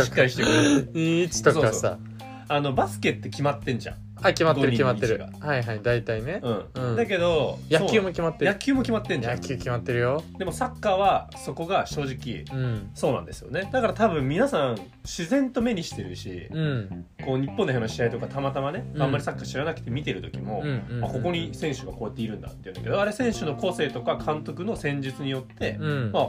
Speaker 2: っ
Speaker 1: か
Speaker 2: かりしてくれる
Speaker 1: 21とかさ
Speaker 2: そうそうあのバスケって決まってんじゃん
Speaker 1: あ決まってる決まってる
Speaker 2: 521
Speaker 1: はいはい大体ね、
Speaker 2: うん、
Speaker 1: うん
Speaker 2: だけど
Speaker 1: 野球
Speaker 2: そう
Speaker 1: も決まって
Speaker 2: 野
Speaker 1: る
Speaker 2: 球も決まってんじゃ
Speaker 1: 野
Speaker 2: ん
Speaker 1: 球決まってるよ
Speaker 2: でもサッカーはそこが正直
Speaker 1: うん
Speaker 2: そうなんですよねだから多分皆さん自然と目にしてるし、
Speaker 1: うん
Speaker 2: こう日本代表の試合とかたまたまね、
Speaker 1: うん
Speaker 2: あんまりサッカー知らなくて見てる時
Speaker 1: う
Speaker 2: も、
Speaker 1: んうんうん
Speaker 2: あここに選手がこうやっているんだっていうんだけどあれ選手の個性とか監督の戦術によって、
Speaker 1: うん
Speaker 2: まあ、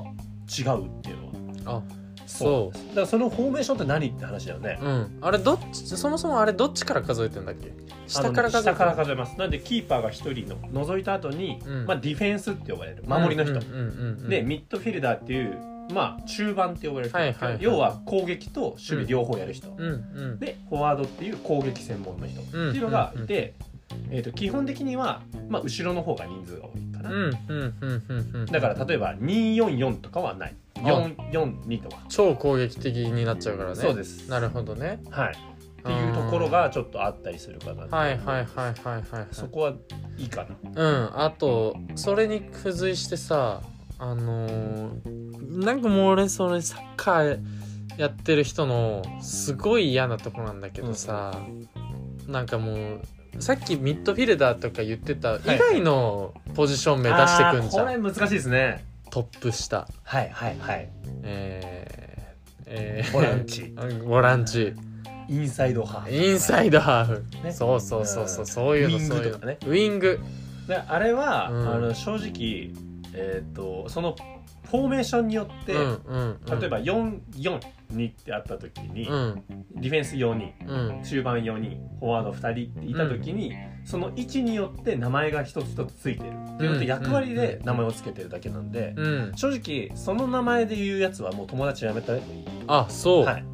Speaker 2: 違うっていうのは
Speaker 1: あそ
Speaker 2: だからそのフォーメーションって何って話だよね
Speaker 1: う、うん、あれどっちそもそもあれどっちから数えてんだっけ下から数えて
Speaker 2: あの
Speaker 1: ん
Speaker 2: 下から数えますなんでキーパーが1人の覗いた後に、
Speaker 1: うん
Speaker 2: まあ、ディフェンスって呼ばれる守りの人、
Speaker 1: うんうんうんうん
Speaker 2: でミッドフィルダーっていうまあ中盤って呼ばれる人、
Speaker 1: はいはいはい
Speaker 2: 要は攻撃と守備両方やる人、
Speaker 1: うんうん
Speaker 2: でフォワードっていう攻撃専門の人って
Speaker 1: うん
Speaker 2: いうのがいて、えー、と基本的には、まあ、後ろの方が人数が多いかな、
Speaker 1: うんうんうんうんうん
Speaker 2: だから例えば244とかはない442とか、
Speaker 1: 超攻撃的になっちゃうからね
Speaker 2: そうです
Speaker 1: なるほどね
Speaker 2: はい、っていうところがちょっとあったりするかなって
Speaker 1: はいはいはいはいはいはい
Speaker 2: そこはいいかな
Speaker 1: うんあとそれに付随してさあのーなんかもう俺それサッカーやってる人のすごい嫌なとこなんだけどさ、なんかもうさっきミッドフィルダーとか言ってた以外のポジション目指してくんじゃん、
Speaker 2: あーこれ難しいですね
Speaker 1: トップ下
Speaker 2: はいは いはい
Speaker 1: えー、えー、
Speaker 2: ボランチ
Speaker 1: ボランチ
Speaker 2: インサイドハーフ
Speaker 1: インサイドハーフ、
Speaker 2: ね
Speaker 1: そうそうそうそううんそういうの
Speaker 2: ウィング
Speaker 1: そういう
Speaker 2: とか
Speaker 1: の
Speaker 2: ね
Speaker 1: ウイング
Speaker 2: であれは、
Speaker 1: うん
Speaker 2: あの正直、えー、とそのフォーメーションによって、
Speaker 1: うんうんうん、
Speaker 2: 例えば442ってあった時に、
Speaker 1: うん
Speaker 2: ディフェンス4人
Speaker 1: うん
Speaker 2: 中盤4人フォワード2人っていた時に、その位置によって名前が一つ一つついてるっていうのと
Speaker 1: うん
Speaker 2: 役割で名前をつけてるだけなんで、
Speaker 1: うん
Speaker 2: 正直その名前で言うやつはもう友達やめた方がいい
Speaker 1: あそう、
Speaker 2: はい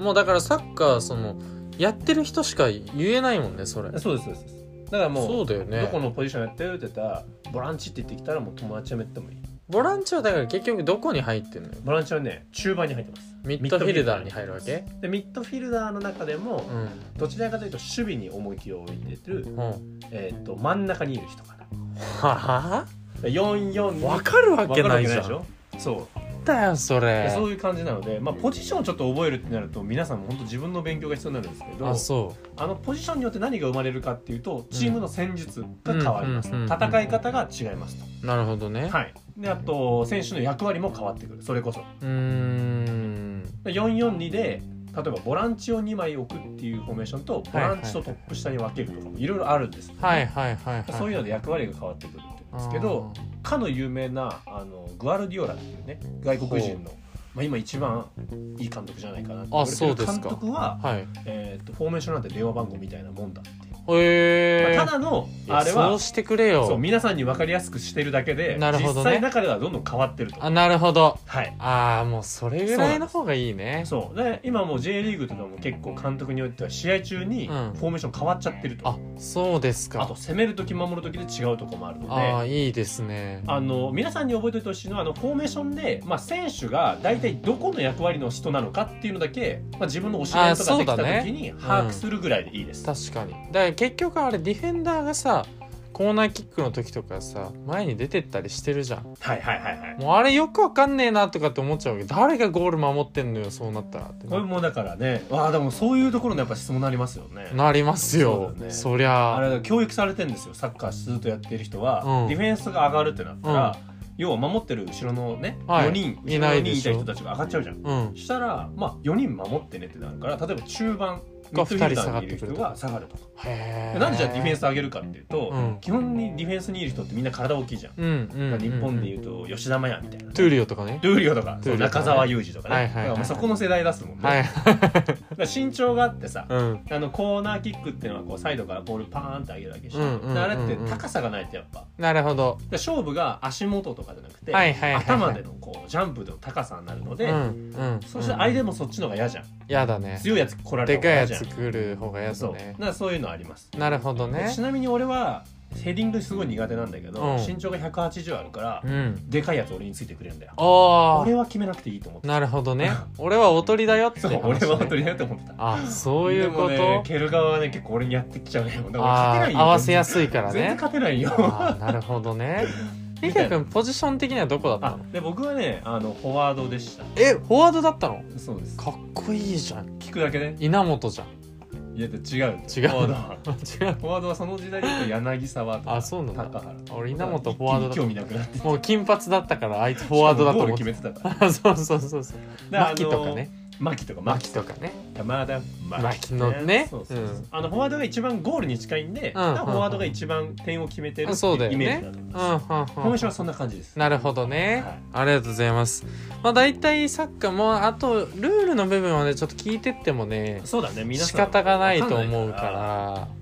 Speaker 1: もうだからサッカーそのやってる人しか言えないもんねそれ
Speaker 2: そうですそうですそうですだからもう
Speaker 1: そうだよね
Speaker 2: どこのポジションやってるって言ったらボランチって言ってきたらもう友達やめてもいい
Speaker 1: ボランチはだから結局どこに入ってんのよ
Speaker 2: ボランチはね中盤に入ってます
Speaker 1: ミッドフィルダーに入るわけ
Speaker 2: でミッドフィルダーの中でも、
Speaker 1: うん
Speaker 2: どちらかというと守備に重きを置いてる、
Speaker 1: うんは
Speaker 2: えー、と真ん中にいる人かな
Speaker 1: は
Speaker 2: 44
Speaker 1: わかるわ
Speaker 2: わ
Speaker 1: けないじゃん
Speaker 2: でしょそう
Speaker 1: だよそれ
Speaker 2: そういう感じなので、まあ、ポジションをちょっと覚えるってなると皆さんも本当自分の勉強が必要になるんですけど
Speaker 1: あそ
Speaker 2: あのポジションによって何が生まれるかっていうとチームの戦術が変わります、
Speaker 1: うんうんうんうん
Speaker 2: 戦い方が違いますと、
Speaker 1: うなるほどね、
Speaker 2: はい、であと選手の役割も変わってくるそれこそう
Speaker 1: ーん
Speaker 2: で442で例えばボランチを2枚置くっていうフォーメーションとボランチとトップ下に分けるとかもいろいろあるんです、
Speaker 1: はいはいはいはい
Speaker 2: そういうので役割が変わってくるって言うんですけど、かの有名なあのグアルディオラっていうね外国人の、まあ、今一番いい監督じゃないかなって言
Speaker 1: あ
Speaker 2: われてる
Speaker 1: そうですか
Speaker 2: 監督は、
Speaker 1: あーはい
Speaker 2: えー、とフォーメーションなんて電話番号みたいなもんだって
Speaker 1: ええ
Speaker 2: まあただの
Speaker 1: いや
Speaker 2: あれは
Speaker 1: そうしてくれよ
Speaker 2: そう皆さんに分かりやすくしてるだけで、
Speaker 1: なるほどね
Speaker 2: 実際中ではどんどん変わってると
Speaker 1: あなるほど
Speaker 2: はい
Speaker 1: ああもうそれぐらいの方がいいね
Speaker 2: そうで今もう J リーグとかも結構監督によっては試合中に
Speaker 1: う
Speaker 2: フ
Speaker 1: ん
Speaker 2: ォーメーション変わっちゃってると、
Speaker 1: あそうですか
Speaker 2: あと攻める時守る時で違うとこもあるので
Speaker 1: あ
Speaker 2: あ
Speaker 1: あいいですね
Speaker 2: の皆さんに覚えておいてほしいのはあのフォーメーションで、まあ、選手が大体どこの役割の人なのかっていうのだけ、まあ、自分のお知り合いと
Speaker 1: あ
Speaker 2: か
Speaker 1: そ
Speaker 2: で
Speaker 1: う
Speaker 2: き
Speaker 1: だ
Speaker 2: た
Speaker 1: ね
Speaker 2: 時に把握するぐらいでいいです、
Speaker 1: 確かにだから結局あれディフェンダーがさコーナーキックの時とかさ前に出てったりしてるじゃん
Speaker 2: はいはいはいはい
Speaker 1: もうあれよくわかんねえなとかって思っちゃうわけど誰がゴール守ってんのよそうなったらって
Speaker 2: これもだからねわあでもそういうところのやっぱ質問になりますよね
Speaker 1: なりますよ
Speaker 2: そう
Speaker 1: そ,、
Speaker 2: だね
Speaker 1: り
Speaker 2: あ
Speaker 1: ゃ
Speaker 2: れ教育されてんですよサッカーずっとやってる人は、
Speaker 1: うん
Speaker 2: ディフェンスが上がるってなったら、要は守ってる後ろのね、
Speaker 1: はい
Speaker 2: 4人
Speaker 1: い
Speaker 2: 後
Speaker 1: な
Speaker 2: ろ
Speaker 1: い
Speaker 2: の
Speaker 1: で
Speaker 2: 4人い
Speaker 1: しょ
Speaker 2: た人たちが上がっちゃうじゃん
Speaker 1: うん
Speaker 2: したらまあ4人守ってねってなるから例えば中盤ミ
Speaker 1: が
Speaker 2: ッドフィルダーにいる人が下がるとか
Speaker 1: へえ
Speaker 2: でなんでじゃあディフェンス上げるかっていうと、
Speaker 1: うん
Speaker 2: 基本にディフェンスにいる人ってみんな体大きいじゃん、
Speaker 1: うんうん、うん、
Speaker 2: 日本でいうと吉田麻也みたいな、
Speaker 1: トゥーリオとかね
Speaker 2: ドゥーリオとか
Speaker 1: ドゥーリオとかね
Speaker 2: 中澤裕二とかね、
Speaker 1: はいはいはいはい
Speaker 2: だからまあそこの世代出すもんね、
Speaker 1: はい
Speaker 2: だから身長があってさ、
Speaker 1: うん
Speaker 2: あのコーナーキックっていうのはこうサイドからボールパーンって上げるだけでしょ、
Speaker 1: うんうんうんうん
Speaker 2: であれって高さがないとやっぱ
Speaker 1: なるほど
Speaker 2: で勝負が足元とかじゃなくて、
Speaker 1: はいはいはいはい
Speaker 2: 頭でのこうジャンプの高さになるので、
Speaker 1: うんうん
Speaker 2: そして
Speaker 1: うん
Speaker 2: 相手もそっちの方が嫌じゃん、
Speaker 1: やだね
Speaker 2: 強いやつ来ら
Speaker 1: で
Speaker 2: れた方
Speaker 1: か
Speaker 2: が
Speaker 1: い
Speaker 2: 嫌
Speaker 1: や
Speaker 2: じゃん
Speaker 1: つ来る方がやだ
Speaker 2: そうだ
Speaker 1: ね
Speaker 2: からそういうのはあります、
Speaker 1: なるほどね
Speaker 2: ちなみに俺はヘディングすごい苦手なんだけど、
Speaker 1: うん
Speaker 2: 身長が180あるから、
Speaker 1: うん
Speaker 2: でかいやつ俺についてくれるんだよ
Speaker 1: あ
Speaker 2: 俺は決めなくていいと思っ
Speaker 1: あ
Speaker 2: て
Speaker 1: なるほど ね俺はおとりだよって
Speaker 2: た
Speaker 1: 話、
Speaker 2: そ
Speaker 1: ね
Speaker 2: う、俺は本当にだと思ってた
Speaker 1: あそういうこと、
Speaker 2: でもね蹴る側はね結構俺にやってきちゃうね俺勝て
Speaker 1: あ
Speaker 2: ない
Speaker 1: ー
Speaker 2: よ
Speaker 1: 合わせやすいから
Speaker 2: 全然
Speaker 1: ね
Speaker 2: 勝てないよ
Speaker 1: あーなるほどねリ
Speaker 2: み
Speaker 1: カ
Speaker 2: たいな
Speaker 1: 君ポジション的にはどこだった
Speaker 2: あ
Speaker 1: の
Speaker 2: で僕はねあのフォワードでした
Speaker 1: えフォワードだったの
Speaker 2: そうです
Speaker 1: かっこいいじゃん
Speaker 2: 聞くだけね
Speaker 1: 稲本じゃん
Speaker 2: いや違う違うフ
Speaker 1: 違う
Speaker 2: ォワードは
Speaker 1: 違う
Speaker 2: フォワードはその時代で言うと柳沢とか
Speaker 1: あそうなんだ
Speaker 2: 高原
Speaker 1: 俺稲本フォワードだ
Speaker 2: 一
Speaker 1: と
Speaker 2: 気に興
Speaker 1: 思
Speaker 2: 味なくなって
Speaker 1: うもう金髪だったからあいつフォワードだと思っ
Speaker 2: しかもゴール
Speaker 1: て
Speaker 2: 決めてたから
Speaker 1: た そうそうそうそう
Speaker 2: で
Speaker 1: 牧とかね
Speaker 2: あの牧とか
Speaker 1: 牧
Speaker 2: 牧
Speaker 1: とかね
Speaker 2: 山田
Speaker 1: 牧のね
Speaker 2: そうそうそう
Speaker 1: うん
Speaker 2: あのフォワードが一番ゴールに近いんで、
Speaker 1: うんうんうん
Speaker 2: だからフォワードが一番点を決めてるって
Speaker 1: そうだよ
Speaker 2: い
Speaker 1: ね
Speaker 2: イメージだと思い
Speaker 1: うん
Speaker 2: ます、フォ
Speaker 1: う
Speaker 2: ー
Speaker 1: んう
Speaker 2: メー
Speaker 1: ん
Speaker 2: ションはそんな感じです
Speaker 1: なるほどね、
Speaker 2: は
Speaker 1: あ
Speaker 2: い
Speaker 1: りがとうございますまあ大体サッカーもあとルールの部分はねちょっと聞いてってもね
Speaker 2: そうだね皆さん
Speaker 1: 仕方がないと思うか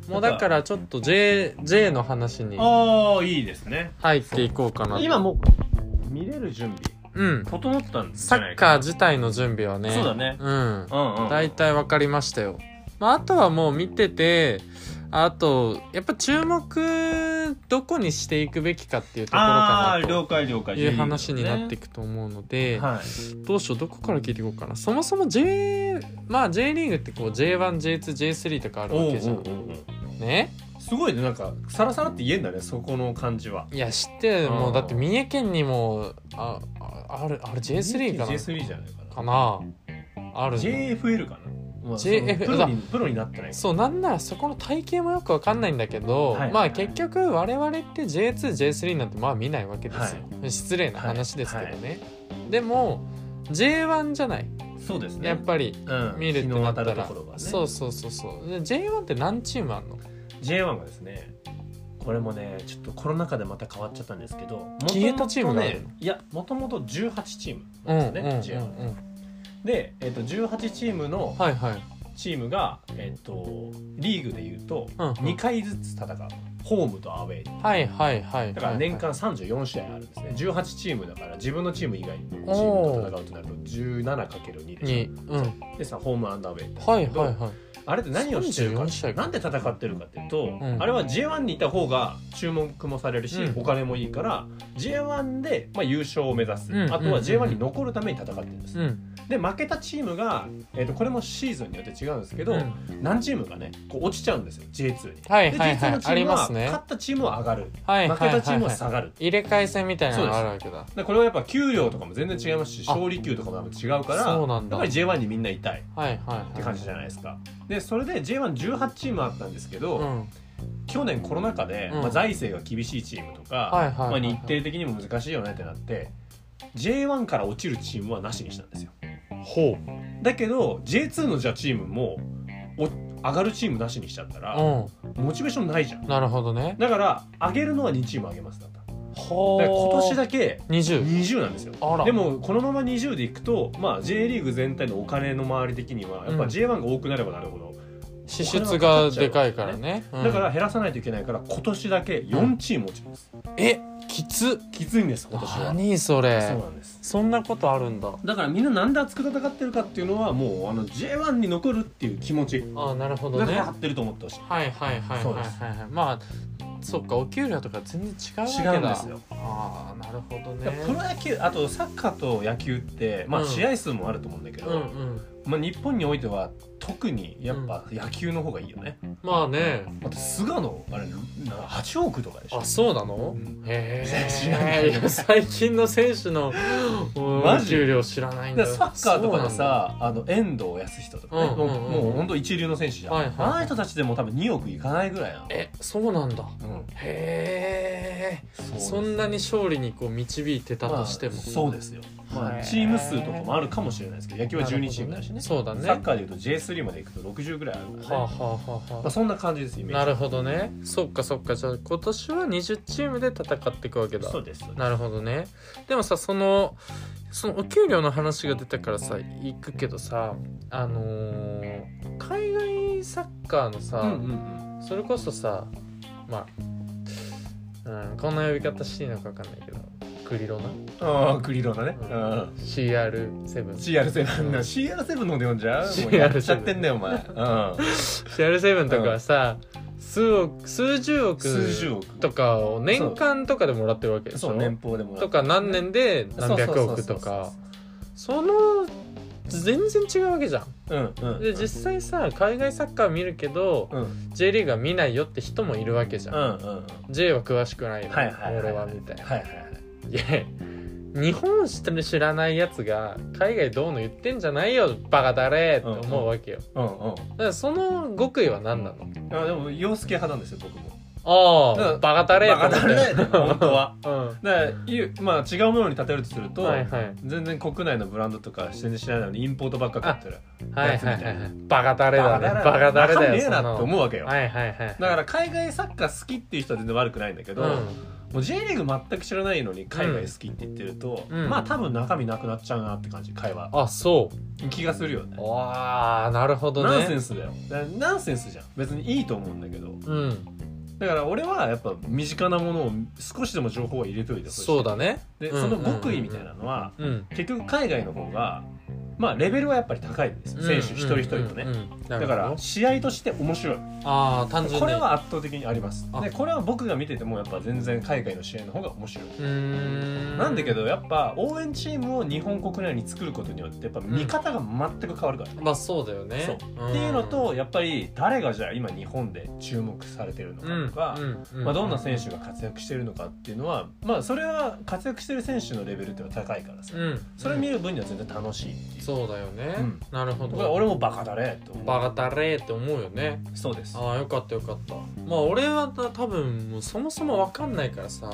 Speaker 1: らもうだからちょっと J, J の話に
Speaker 2: ああいいですね
Speaker 1: 入っていこうかな
Speaker 2: 今もう見れる準備
Speaker 1: うん
Speaker 2: 整ったんじ
Speaker 1: サ
Speaker 2: ゃな
Speaker 1: ッ
Speaker 2: いか
Speaker 1: カー自体の準備はね
Speaker 2: そうだね
Speaker 1: うん
Speaker 2: うんうん
Speaker 1: 大体わかりましたよ、まあ、あとはもう見ててあとやっぱ注目どこにしていくべきかっていうところ
Speaker 2: あ
Speaker 1: か
Speaker 2: あ
Speaker 1: な
Speaker 2: 了解了
Speaker 1: と
Speaker 2: 解
Speaker 1: いう話になってい
Speaker 2: く
Speaker 1: くと思うので、
Speaker 2: はい
Speaker 1: どうしようどこから聞いていこうかなそもそも J まあ J リーグってこう J1J2J3 とかあるわけじゃんね
Speaker 2: すごいねなんかさらさらって言えんだねそこの感じはい
Speaker 1: や知ってる
Speaker 2: うん
Speaker 1: もうだって三重県にもあああるあれ J3 かな
Speaker 2: J3 じゃない
Speaker 1: か
Speaker 2: かな
Speaker 1: なある
Speaker 2: JFL かなまあ
Speaker 1: JFL
Speaker 2: そのプロにプロになってない
Speaker 1: そうなんならそこの体型もよくわかんないんだけど、
Speaker 2: はい
Speaker 1: まあ結局我々って J2J3 なんてまあ見ないわけですよ、失礼な話ですけどね、でも J1 じゃない
Speaker 2: そうですね
Speaker 1: やっぱり
Speaker 2: うん
Speaker 1: 見るって
Speaker 2: 日の
Speaker 1: なっ
Speaker 2: 当
Speaker 1: た
Speaker 2: た
Speaker 1: ら、
Speaker 2: るところがね
Speaker 1: そうそうそうそうで J1 って何チームあんの
Speaker 2: J1 がですねこれもねちょっとコロナ禍でまた変わっちゃったんですけど元々
Speaker 1: 消えたチームがあるの
Speaker 2: ねいやもともと18チーム
Speaker 1: うんうんうんうん
Speaker 2: なんですよね J1 で、えっと18チームの
Speaker 1: はいはい
Speaker 2: チームが、えっとリーグでいうと
Speaker 1: うんうん
Speaker 2: 2回ずつ戦うホームとアウェイ
Speaker 1: はいはいはい
Speaker 2: だから年間34試合あるんですね18チームだから自分のチーム以外のチームと戦うとなると 17×2 でし
Speaker 1: にうんはい
Speaker 2: ょでさホームアンダーウェイって
Speaker 1: はいはい
Speaker 2: あれって何をしてるか
Speaker 1: 34試合か
Speaker 2: なんで戦ってるかっていうと、
Speaker 1: うん
Speaker 2: あれは J1 にいた方が注目もされるし、
Speaker 1: うん
Speaker 2: お金もいいから J1 で、まあ、優勝を目指す、
Speaker 1: うん
Speaker 2: あとは J1 に残るために戦ってるんです、
Speaker 1: うん
Speaker 2: で負けたチームが、えー、とこれもシーズンによって違うんですけ
Speaker 1: う
Speaker 2: ど、
Speaker 1: ん
Speaker 2: 何チームかねこう落ちちゃうんですよ J2 に。
Speaker 1: はい
Speaker 2: で
Speaker 1: はいは
Speaker 2: J2
Speaker 1: い
Speaker 2: のチ
Speaker 1: あり
Speaker 2: ームは
Speaker 1: ますね
Speaker 2: 勝ったチームは上がる
Speaker 1: はい
Speaker 2: 負
Speaker 1: はい
Speaker 2: け
Speaker 1: はい
Speaker 2: たチームは
Speaker 1: は
Speaker 2: 下がる。
Speaker 1: い入れ替え戦みたいなのがあるわけだ
Speaker 2: でこれはやっぱ給料とかも全然違いますし
Speaker 1: あ
Speaker 2: 勝利給とかも多分違うから
Speaker 1: そうなんだ
Speaker 2: やっぱり J1 にみんないたいっ
Speaker 1: はいはいはい
Speaker 2: て感じじゃないですか。でそれで J118 チームあったんですけど、
Speaker 1: うん
Speaker 2: 去年コロナ禍で、
Speaker 1: うん
Speaker 2: まあ、財政が厳しいチームとか、
Speaker 1: はいはいはいはい
Speaker 2: まあ、日程的にも難しいよねってなって J1 から落ちるチームはなしにしたんですよ
Speaker 1: ほ
Speaker 2: だけど J2 のじゃあチームもお上がるチームなしにしちゃったら、
Speaker 1: う
Speaker 2: モチベーションないじゃん
Speaker 1: うんなるほどね
Speaker 2: だから上げるのは2チーム上げますだっただか
Speaker 1: ほ
Speaker 2: ら今年だけ
Speaker 1: 20
Speaker 2: 20なんですよ
Speaker 1: あら
Speaker 2: でもこのまま20でいくと、まあ、J リーグ全体のお金の周り的にはやっぱ
Speaker 1: うん
Speaker 2: J1 が多くなればなるほど
Speaker 1: 支出がでかいからね
Speaker 2: だからら減らさないといけないから今年だけ4チーム落ちます、
Speaker 1: えきつ
Speaker 2: きついんです今年は
Speaker 1: 何そ
Speaker 2: そう
Speaker 1: れ
Speaker 2: なんです
Speaker 1: そんなことあるんだ
Speaker 2: だからみんななんで熱く戦ってるかっていうのはもうあの J1 に残るっていう気持ち
Speaker 1: ああなるほど
Speaker 2: だか
Speaker 1: ね
Speaker 2: ら張ってると思ってほしい
Speaker 1: はいはいはい
Speaker 2: そう
Speaker 1: はい
Speaker 2: で
Speaker 1: はいはいまあそっかお給料とか全然違うわけだ
Speaker 2: 違うんですよ
Speaker 1: ああなるほど
Speaker 2: だからプロ
Speaker 1: ね
Speaker 2: 野球あとサッカーと野球って、ま
Speaker 1: う
Speaker 2: あ、
Speaker 1: ん
Speaker 2: 試合数もあると思うんだけど、
Speaker 1: うんうん
Speaker 2: まあ、日本においては特にやっぱ野球の方がいいよね、
Speaker 1: まあね
Speaker 2: だって菅野あれな8億とかでしょ
Speaker 1: あそうなの
Speaker 2: うん
Speaker 1: へ
Speaker 2: 知らない
Speaker 1: えいや最近の選手のうん
Speaker 2: マジ
Speaker 1: 給料知らないんだ
Speaker 2: だ
Speaker 1: よ
Speaker 2: からサッカーとかでさあの遠藤康人とかね、
Speaker 1: うん
Speaker 2: もう
Speaker 1: うんうん
Speaker 2: もう本当一流の選手じゃん、
Speaker 1: はいはいはい
Speaker 2: あの人たちでも多分2億いかないぐらいな
Speaker 1: えそうなんだ
Speaker 2: うん
Speaker 1: へえ
Speaker 2: そうです
Speaker 1: そんなに勝利にこう導いてたとしても、
Speaker 2: まあそうですよ、ま
Speaker 1: へ
Speaker 2: あ、
Speaker 1: ー
Speaker 2: チーム数とかもあるかもしれないですけど野球は12チームだしね
Speaker 1: そうだね
Speaker 2: サッ
Speaker 1: は
Speaker 2: カーでいうと J3 まで行くと60ぐらいあるから
Speaker 1: あ、
Speaker 2: ね、
Speaker 1: はあはあ
Speaker 2: まあ、
Speaker 1: は
Speaker 2: そんな感じですイ
Speaker 1: あ、
Speaker 2: メージ
Speaker 1: なるほどねそっかそっかじゃあ今年は20チームで戦っていくわけだ
Speaker 2: そうですそうです
Speaker 1: なるほどねでもさそのそのお給料の話が出たからさ行くけどさあのー海外サッカーのさ、
Speaker 2: うんうんうん
Speaker 1: それこそさまあ、うん、こんな呼び方していいのか分かんないけどクリロナ
Speaker 2: ああクリロナね、
Speaker 1: うん
Speaker 2: うん、
Speaker 1: CR7
Speaker 2: CR7 な CR7 ので呼んじゃうもう
Speaker 1: CR7
Speaker 2: やっちゃってんだよお前、うん、
Speaker 1: CR7 とかはさ、数億数十億
Speaker 2: 数十億
Speaker 1: とかを年間とかでもらってるわけでしょ
Speaker 2: そう年俸でもらう
Speaker 1: とか何年で何百億とかその全然違うわけじゃん
Speaker 2: うんうん
Speaker 1: で実際さ海外サッカー見るけど
Speaker 2: うん
Speaker 1: J リーグは見ないよって人もいるわけじゃ
Speaker 2: うん
Speaker 1: ん、
Speaker 2: うんうん
Speaker 1: J は詳しくないよ、
Speaker 2: はいはいはい
Speaker 1: 俺はみたいな
Speaker 2: はいはいはい
Speaker 1: いや日本知ってる知らないやつが海外どうの言ってんじゃないよバカだれって思うわけよ、
Speaker 2: うんう
Speaker 1: だか
Speaker 2: ん
Speaker 1: らその極意は何なの
Speaker 2: あでも洋介派なんですよ僕もだか
Speaker 1: ああ
Speaker 2: ら
Speaker 1: バカだれ
Speaker 2: バカだれ
Speaker 1: と思っ
Speaker 2: 本当は
Speaker 1: てうん
Speaker 2: だからいうまあ違うものに例えるとすると、
Speaker 1: はいはい
Speaker 2: 全然国内のブランドとか全然知らないのにインポートばっか買ってる
Speaker 1: はいはいはいはいバカだれだ
Speaker 2: バ
Speaker 1: ねバ
Speaker 2: カ
Speaker 1: カだ
Speaker 2: だ
Speaker 1: れ
Speaker 2: れ
Speaker 1: だよ
Speaker 2: ねえなって
Speaker 1: そんな
Speaker 2: 思うわけよ
Speaker 1: のはいはいはい
Speaker 2: だから海外サッカー好きっていう人は全然悪くないんだけど、もう J リーグ全く知らないのに海外好きって言ってると、
Speaker 1: うん
Speaker 2: まあ多分中身なくなっちゃうなって感じ会話
Speaker 1: うんあそ
Speaker 2: 気がするよね
Speaker 1: うわあなるほど
Speaker 2: ナンセ
Speaker 1: ね
Speaker 2: ンスだよだからナンセンスじゃん別にいいと思うんだけど
Speaker 1: うん
Speaker 2: だから俺はやっぱ身近なものを少しでも情報を入れといてほしい
Speaker 1: そうだね
Speaker 2: で
Speaker 1: うん
Speaker 2: その極意みたいなのは
Speaker 1: うん
Speaker 2: 結局海外の方がまあレベルはやっぱり高いんですよ選手一人一人とね
Speaker 1: だ
Speaker 2: だから試合として面白い
Speaker 1: ああ単純に
Speaker 2: これは圧倒的にあります
Speaker 1: あ
Speaker 2: でこれは僕が見ててもやっぱ全然海外の試合の方が面白いう
Speaker 1: ーん
Speaker 2: なんだけどやっぱ応援チームを日本国内に作ることによってやっぱ見方が全く変わるから、
Speaker 1: まあそうだよね
Speaker 2: そうっていうのとやっぱり誰がじゃあ今日本で注目されてるのかとか、まあ、どんな選手が活躍してるのかっていうのは、まあ、それは活躍してる選手のレベルっていうのは高いからさ、
Speaker 1: うん
Speaker 2: それ見る分には全然楽しいっていう、
Speaker 1: そうだよね
Speaker 2: うん
Speaker 1: なるほ
Speaker 2: 僕は
Speaker 1: ど
Speaker 2: 俺もバカだねと思う
Speaker 1: バカだれって思うよね
Speaker 2: そうです
Speaker 1: ああよかったよかったまあ俺はた多分もうそもそもわかんないからさ